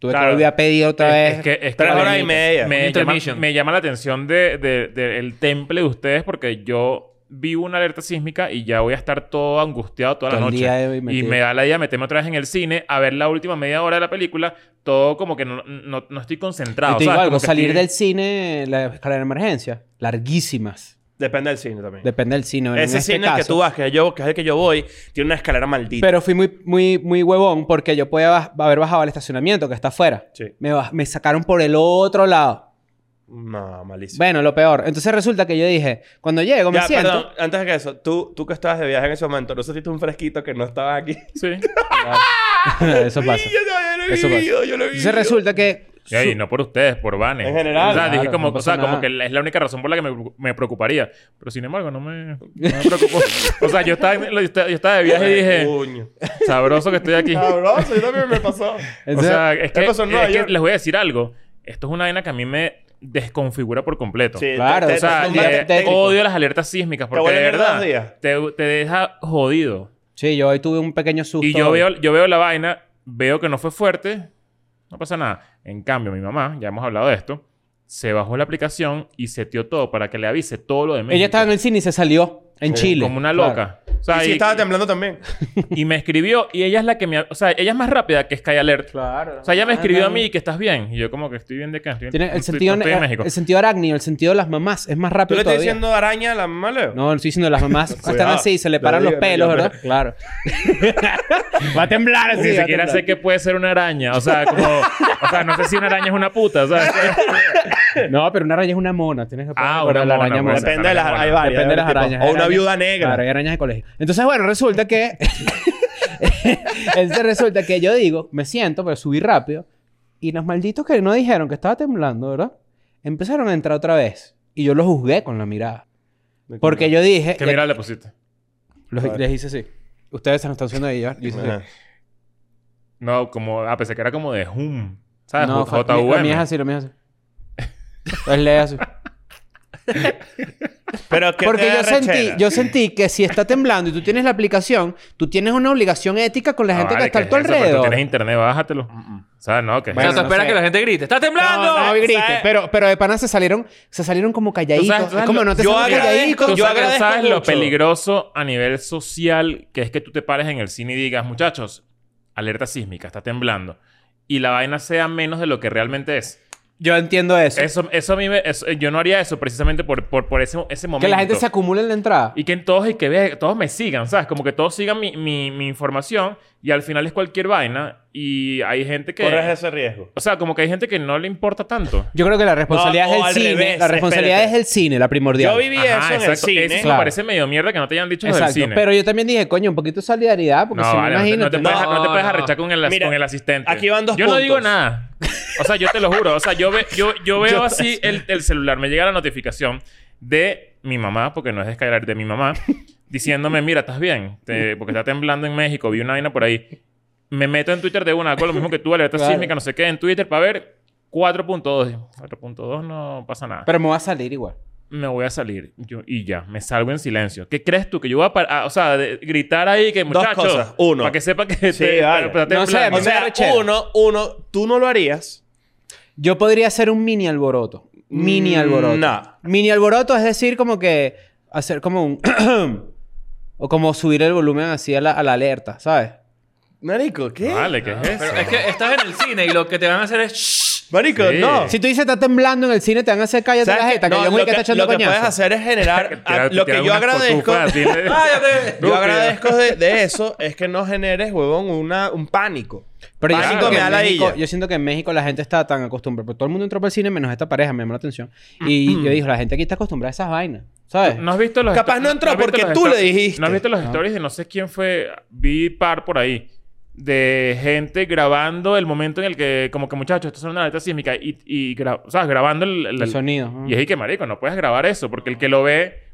Speaker 1: Tuve
Speaker 2: Claro.
Speaker 1: que volver a pedir otra vez.
Speaker 3: Es, es que, es que
Speaker 2: Tres
Speaker 3: me-
Speaker 2: horas y media.
Speaker 3: Me
Speaker 4: Un
Speaker 3: llama,
Speaker 4: intermission.
Speaker 3: me llama la atención del de, de- el temple de ustedes porque yo vi una alerta sísmica y ya voy a estar todo angustiado toda
Speaker 1: Todo
Speaker 3: la
Speaker 1: el
Speaker 3: noche.
Speaker 1: día de-
Speaker 3: y
Speaker 1: metido.
Speaker 3: me da la idea de meterme otra vez en el cine a ver la última media hora de la película. Todo como que no, no, no estoy
Speaker 1: Yo
Speaker 3: concentrado.
Speaker 1: te digo
Speaker 3: ¿sabes?
Speaker 1: algo,
Speaker 3: Como que
Speaker 1: salir
Speaker 3: estoy-
Speaker 1: del cine, la escalera de emergencia, larguísimas.
Speaker 2: Depende del cine también.
Speaker 1: Depende del cine. en
Speaker 2: Ese
Speaker 1: este
Speaker 2: cine que
Speaker 1: caso.
Speaker 2: tú vas, que, yo, que es el que yo voy, tiene una escalera maldita.
Speaker 1: Pero fui muy, muy, muy huevón porque yo podía baj- haber bajado al estacionamiento que está afuera.
Speaker 2: Sí.
Speaker 1: Me, baj- me sacaron por el otro lado.
Speaker 2: No, malísimo.
Speaker 1: Bueno, lo peor. Entonces resulta que yo dije, cuando llego me
Speaker 2: ya,
Speaker 1: siento.
Speaker 2: perdón, antes de que eso, tú, tú que estabas de viaje en ese momento, ¿no sentiste un fresquito que no estaba aquí?
Speaker 3: Sí.
Speaker 1: Eso pasa.
Speaker 2: Sí, yo, yo lo he
Speaker 1: Eso pasa.
Speaker 2: vivido, yo lo he vivido.
Speaker 1: Entonces resulta que.
Speaker 3: Y ahí,
Speaker 1: su-
Speaker 3: no por ustedes, por Vanes.
Speaker 2: En general,
Speaker 3: O sea,
Speaker 1: claro,
Speaker 3: dije como,
Speaker 1: no
Speaker 3: o
Speaker 1: pasa
Speaker 3: sea, como
Speaker 1: nada.
Speaker 3: que es la única razón por la que me, me preocuparía. Pero sin embargo, no me, no me preocupó. o sea, yo estaba, en- yo estaba- yo estaba de viaje y dije,
Speaker 2: Coño.
Speaker 3: sabroso que estoy aquí.
Speaker 2: Cabrón, yo también me pasó.
Speaker 3: O
Speaker 1: entonces-
Speaker 3: sea, es que,
Speaker 2: Eso sonó
Speaker 3: es que
Speaker 2: ayer.
Speaker 3: les voy a decir algo. Esto es una vaina que a mí me desconfigura por completo.
Speaker 2: Sí,
Speaker 1: Claro,
Speaker 2: te-
Speaker 3: O sea,
Speaker 2: te-
Speaker 1: ya-
Speaker 2: te-
Speaker 3: eh,
Speaker 1: técnico.
Speaker 3: odio las alertas sísmicas porque
Speaker 2: vuelve
Speaker 3: de
Speaker 2: mierda
Speaker 3: verdad
Speaker 2: dos días.
Speaker 3: te, te deja jodido.
Speaker 1: sí, yo hoy tuve un pequeño susto.
Speaker 3: Y yo veo, yo veo la vaina, veo que no fue fuerte, no pasa nada. En cambio, mi mamá, ya hemos hablado de esto, se bajó la aplicación y seteó todo para que le avise todo lo de México.
Speaker 1: Ella estaba en el cine y se salió en
Speaker 3: Como-
Speaker 1: Chile.
Speaker 3: Como una
Speaker 1: Claro.
Speaker 3: loca. O sea,
Speaker 2: y si
Speaker 3: y-
Speaker 2: estaba temblando también.
Speaker 3: Y me escribió y ella es la que me... O sea, ella es más rápida que Sky Alert.
Speaker 1: Claro.
Speaker 3: O sea,
Speaker 2: Ah,
Speaker 3: ella me escribió a mí que estás bien. Y yo como que estoy bien de acá. Estoy,
Speaker 1: Ah, Tiene
Speaker 3: estoy-
Speaker 1: el sentido,
Speaker 3: estoy en México.
Speaker 1: el sentido arácnido, el sentido de las mamás. Es más
Speaker 2: ¿Tú
Speaker 1: rápido
Speaker 2: le estás
Speaker 1: todavía.
Speaker 2: diciendo araña a la mamá Leo?
Speaker 1: No, no estoy diciendo las mamás. están
Speaker 2: Cuidado.
Speaker 1: así, se le
Speaker 2: Lo
Speaker 1: paran los
Speaker 2: digo,
Speaker 1: pelos,
Speaker 2: yo me-
Speaker 1: ¿verdad? Claro. va a temblar así.
Speaker 3: Ni
Speaker 1: va a
Speaker 3: siquiera
Speaker 1: temblar.
Speaker 3: sé qué puede ser una araña. O sea, como... O sea, no sé si una araña es una puta. O sea,
Speaker 1: No, pero una araña es una mona. Tienes que
Speaker 3: Ah,
Speaker 1: poner
Speaker 3: una
Speaker 1: la araña
Speaker 3: mona,
Speaker 1: mona.
Speaker 3: pues.
Speaker 1: Depende,
Speaker 2: Depende de las...
Speaker 3: Bueno,
Speaker 2: Hay varias.
Speaker 1: de las
Speaker 2: tipo,
Speaker 1: arañas.
Speaker 2: O
Speaker 1: Hay
Speaker 2: una
Speaker 1: arañas-
Speaker 2: viuda negra.
Speaker 1: Claro, hay arañas de colegio. Entonces, bueno, resulta que... Entonces resulta que yo digo, me siento, pero subí rápido. Y los malditos que no dijeron que estaba temblando, ¿verdad? Empezaron a entrar otra vez. Y yo los juzgué con la mirada. Porque yo dije...
Speaker 3: que mira le pusiste.
Speaker 1: Los-
Speaker 2: Claro.
Speaker 1: les hice así. Ustedes se nos están haciendo ahí, yo, yo hice así.
Speaker 2: Ajá.
Speaker 3: No, como... Ah, pensé que era como de Hum. ¿Sabes?
Speaker 1: No, fue-
Speaker 3: JVM.
Speaker 1: lo mío es así, lo mío es así. Pues lee así.
Speaker 2: Pero que
Speaker 1: Porque yo sentí, yo sentí que si está temblando y tú tienes la aplicación, tú tienes una obligación ética con la
Speaker 3: Ah,
Speaker 1: gente
Speaker 3: vale,
Speaker 1: que está
Speaker 3: ¿qué
Speaker 1: a tu
Speaker 3: es eso? Pero
Speaker 1: alrededor.
Speaker 3: Tú tienes internet, bájatelo.
Speaker 2: Mm,
Speaker 3: O sea, no, que...
Speaker 1: Bueno,
Speaker 4: o sea,
Speaker 1: no
Speaker 4: espera
Speaker 1: sé.
Speaker 4: que la gente grite. ¡Está temblando!
Speaker 1: No, no grites.
Speaker 2: ¿sabes?
Speaker 1: Pero, pero de pana se salieron, se salieron como calladitos.
Speaker 3: Tú sabes- tú sabes
Speaker 1: es como
Speaker 3: lo-
Speaker 1: no te
Speaker 2: yo
Speaker 1: salgas
Speaker 2: agradezco-
Speaker 1: calladito.
Speaker 3: Tú
Speaker 2: Yo
Speaker 3: sabes,
Speaker 2: agradezco
Speaker 3: sabes lo
Speaker 2: mucho.
Speaker 3: peligroso a nivel social que es que tú te pares en el cine y digas, muchachos, alerta sísmica, está temblando. Y la vaina sea menos de lo que realmente es.
Speaker 1: Yo entiendo eso.
Speaker 3: Eso, eso a mí me- eso- yo no haría eso precisamente por, por, por ese, ese momento.
Speaker 1: que la gente se acumula en la entrada.
Speaker 3: Y que en todos y que ve- todos me sigan, ¿sabes? Como que todos sigan mi, mi, mi información y al final es cualquier vaina y hay gente que...
Speaker 2: Corres ese riesgo.
Speaker 3: O sea, como que hay gente que no le importa tanto.
Speaker 1: Yo creo que la responsabilidad
Speaker 2: No,
Speaker 1: es
Speaker 2: o
Speaker 1: del
Speaker 2: al
Speaker 1: cine.
Speaker 2: revés,
Speaker 1: la responsabilidad
Speaker 2: espérate.
Speaker 1: es del cine, la primordial.
Speaker 2: Yo viví
Speaker 3: Ajá,
Speaker 2: eso en el
Speaker 3: exacto.
Speaker 2: cine.
Speaker 3: Eso sí
Speaker 1: Claro.
Speaker 3: me parece medio mierda que no te hayan dicho desde el
Speaker 1: Exacto.
Speaker 3: cine.
Speaker 1: Pero yo también dije, coño, un poquito de solidaridad, porque
Speaker 3: No,
Speaker 1: si
Speaker 3: vale,
Speaker 1: no
Speaker 3: no te- no te,
Speaker 1: imagínate.
Speaker 3: puedes,
Speaker 2: No,
Speaker 3: no te puedes
Speaker 4: no.
Speaker 3: arrechar con el,
Speaker 2: Mira,
Speaker 3: con el asistente.
Speaker 2: aquí van dos
Speaker 3: Yo no digo
Speaker 2: puntos.
Speaker 3: nada. O sea, yo te lo juro. O sea, yo, ve- yo, yo veo así el, el celular. Me llega la notificación de mi mamá, porque no es de Skylar, de mi mamá, diciéndome, mira, ¿estás bien? Te- porque está temblando en México. Vi una vaina por ahí. Me meto en Twitter de una, hago lo mismo que tú, alerta
Speaker 1: Claro.
Speaker 3: sísmica, no sé qué, en Twitter para ver 4.2. 4.2 no pasa nada
Speaker 1: Pero me va a salir igual.
Speaker 3: me voy a salir yo, y ya, me salgo en silencio. ¿Qué crees tú? Que yo voy a, par- ah, o sea, de- gritar ahí que
Speaker 2: Dos
Speaker 3: muchachos,
Speaker 2: cosas. Uno.
Speaker 3: para que sepa que
Speaker 2: Sí, vale.
Speaker 3: pero está
Speaker 1: No sé,
Speaker 3: temblando.
Speaker 2: O
Speaker 1: me
Speaker 2: sea,
Speaker 1: arrechera.
Speaker 2: uno, uno, tú no lo harías.
Speaker 1: Yo podría hacer un mini alboroto. Mini
Speaker 2: Mm,
Speaker 1: alboroto.
Speaker 2: no.
Speaker 1: Mini alboroto es decir, como que hacer como un. o como subir el volumen así a la, a la alerta, ¿sabes?
Speaker 2: Marico, ¿qué?
Speaker 3: Vale, ¿qué es eso?
Speaker 4: Pero es que estás en el cine y lo que te van a hacer es... "Shh".
Speaker 2: Marico,
Speaker 3: Sí.
Speaker 2: no.
Speaker 1: Si tú dices está temblando en el cine, te van a hacer cállate
Speaker 2: ¿Sabes
Speaker 1: la
Speaker 2: qué?
Speaker 1: jeta, que
Speaker 2: No,
Speaker 1: yo
Speaker 2: lo
Speaker 1: muy que está echando
Speaker 2: lo que puedes
Speaker 1: coñazo.
Speaker 2: hacer es generar...
Speaker 3: Te hago-
Speaker 2: a- lo
Speaker 3: te
Speaker 2: que
Speaker 3: hago
Speaker 2: yo
Speaker 3: unas
Speaker 2: agradezco... Ah,
Speaker 3: cotufas así de-
Speaker 4: ¡Cállate!
Speaker 2: Yo
Speaker 3: Estúpida.
Speaker 2: agradezco de, de eso es que no generes, huevón, una, un pánico.
Speaker 1: Pero yo
Speaker 2: Pánico
Speaker 1: siento, que
Speaker 2: Ah, me
Speaker 1: en
Speaker 2: da
Speaker 1: México,
Speaker 2: ladilla.
Speaker 1: yo siento que en México la gente está tan acostumbrada. Porque todo el mundo entró para el cine menos esta pareja, me llamó la atención. Y yo dije, la gente aquí está acostumbrada a esas vainas, ¿sabes?
Speaker 3: ¿No has visto los
Speaker 2: Capaz
Speaker 3: esto-
Speaker 2: Mm. no entró
Speaker 3: has visto
Speaker 2: porque
Speaker 3: los
Speaker 2: tú le
Speaker 3: stories?
Speaker 2: dijiste.
Speaker 3: ¿No has visto los
Speaker 1: Ah.
Speaker 3: stories de no sé quién fue? Vi par por ahí. De gente grabando el momento en el que, como que muchachos, esto es una alerta sísmica. Y, y gra- o sea, grabando el, el-
Speaker 1: El sonido. ¿no?
Speaker 3: Y es ahí que, marico, no puedes grabar eso. Porque el que lo ve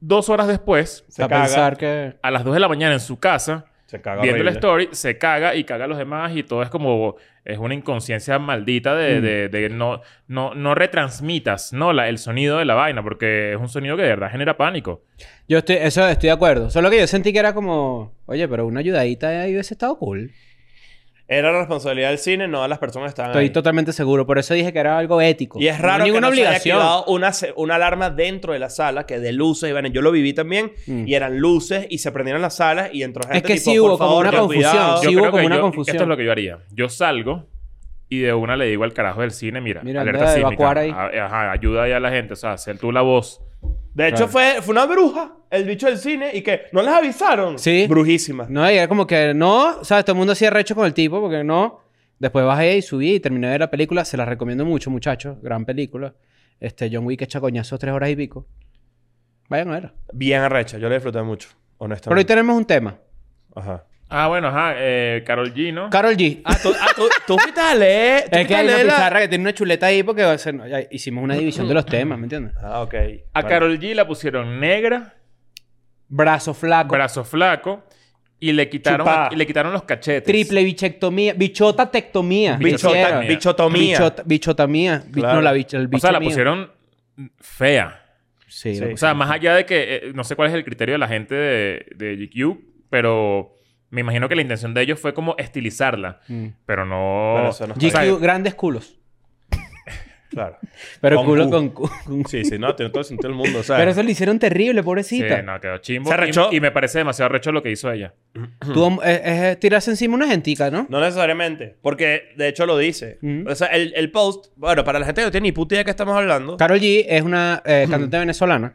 Speaker 3: dos horas después,
Speaker 1: O sea,
Speaker 2: caga.
Speaker 1: pensar que.
Speaker 3: a las 2 de la mañana en su casa,
Speaker 2: Se caga
Speaker 3: viendo la
Speaker 2: horrible.
Speaker 3: story, se caga y caga a los demás y todo es como... Es una inconsciencia maldita
Speaker 1: Mm.
Speaker 3: de, de- de no, no, no retransmitas, ¿no? La- el sonido de la vaina porque es un sonido que de verdad genera pánico.
Speaker 1: Yo estoy, eso estoy de acuerdo. Solo que yo sentí que era como, oye, pero una ayudadita ahí hubiese estado cool.
Speaker 2: Era la responsabilidad del cine, no de las personas que estaban
Speaker 1: Estoy
Speaker 2: ahí.
Speaker 1: totalmente seguro. Por eso dije que era algo ético.
Speaker 2: Y es raro
Speaker 1: no hay
Speaker 2: que
Speaker 1: ninguna
Speaker 2: no se haya
Speaker 1: obligación.
Speaker 2: activado una, se- una alarma dentro de la sala que de luces. Y bueno, yo lo viví también.
Speaker 1: Mm.
Speaker 2: Y eran luces y se prendieron las salas y entró gente
Speaker 1: que
Speaker 2: tipo,
Speaker 1: sí
Speaker 2: por
Speaker 1: hubo como
Speaker 2: favor,
Speaker 1: una
Speaker 2: ten
Speaker 1: confusión.
Speaker 2: cuidado.
Speaker 1: Sí
Speaker 3: Yo
Speaker 1: hubo
Speaker 3: creo que
Speaker 1: como una
Speaker 3: yo-
Speaker 1: confusión.
Speaker 3: Esto es lo que yo haría. Yo salgo y de una le digo al carajo del cine, mira,
Speaker 1: Mira,
Speaker 3: alerta
Speaker 1: anda a
Speaker 3: sísmica.
Speaker 1: evacuar ahí.
Speaker 3: A- Ajá, ayuda ahí a la gente. O sea, sé tú la voz.
Speaker 2: De hecho,
Speaker 1: Claro.
Speaker 2: fue, fue una bruja, el bicho del cine, y que no les avisaron.
Speaker 1: Sí.
Speaker 2: Brujísima.
Speaker 1: No, y era como que no, ¿sabes? Todo el mundo hacía recho con el tipo porque no. Después bajé y subí y terminé de ver la película. Se la recomiendo mucho, muchachos. Gran película. Este, John Wick echa coñazos tres horas y pico. Vayan a verla.
Speaker 2: Bien arrecha, yo la disfruté mucho,
Speaker 1: Pero hoy
Speaker 2: honestamente.
Speaker 1: tenemos un tema.
Speaker 2: Ajá.
Speaker 3: Ah, bueno, ajá. Eh, Carol G, ¿no?
Speaker 1: Carol G.
Speaker 2: Ah, tú, ah, tú, tú fuiste a leer. tú
Speaker 1: es que
Speaker 2: fuiste a
Speaker 1: hay una
Speaker 2: leer la-
Speaker 1: pizarra que tiene una chuleta ahí porque o sea, no, ya hicimos una división de los temas, ¿me entiendes?
Speaker 2: Ah, ok.
Speaker 3: a
Speaker 2: Bueno.
Speaker 3: Carol G la pusieron negra,
Speaker 1: Brazo flaco.
Speaker 3: brazo flaco y le quitaron,
Speaker 2: Chupada.
Speaker 3: y le quitaron los cachetes.
Speaker 1: Triple bichectomía. Bichota tectomía.
Speaker 2: Bichota,
Speaker 3: Bichotomía.
Speaker 2: bichotomía.
Speaker 1: bichotomía.
Speaker 2: Claro.
Speaker 1: No, la bicha, el
Speaker 3: O sea, la
Speaker 1: bichomía.
Speaker 3: pusieron fea.
Speaker 1: Sí, la
Speaker 2: Sí.
Speaker 3: O
Speaker 1: pusieron.
Speaker 3: sea, más allá de que eh, no sé cuál es el criterio de la gente de, de GQ, pero me imagino que la intención de ellos fue como estilizarla.
Speaker 1: Mm.
Speaker 3: Pero no.
Speaker 2: Pero eso no
Speaker 3: o
Speaker 1: GQ,
Speaker 3: sea,
Speaker 1: grandes culos.
Speaker 2: Claro.
Speaker 1: Pero
Speaker 2: Con
Speaker 1: culo
Speaker 2: Q.
Speaker 1: con, cu- con-
Speaker 2: Sí, sí, no, tiene todo el sentido del mundo. O sea,
Speaker 1: Pero eso le hicieron terrible,
Speaker 3: Sí,
Speaker 1: pobrecita.
Speaker 3: no, quedó chimbo.
Speaker 2: Se arrechó.
Speaker 3: Y, y me parece demasiado recho lo que hizo ella.
Speaker 1: Tú, eh, es tirarse encima una gentica, ¿no?
Speaker 2: No necesariamente, porque de hecho lo dice.
Speaker 1: Ujú.
Speaker 2: O sea, el, el post, bueno, para la gente que no tiene ni puta idea de qué estamos hablando,
Speaker 1: Carol G es una eh, cantante venezolana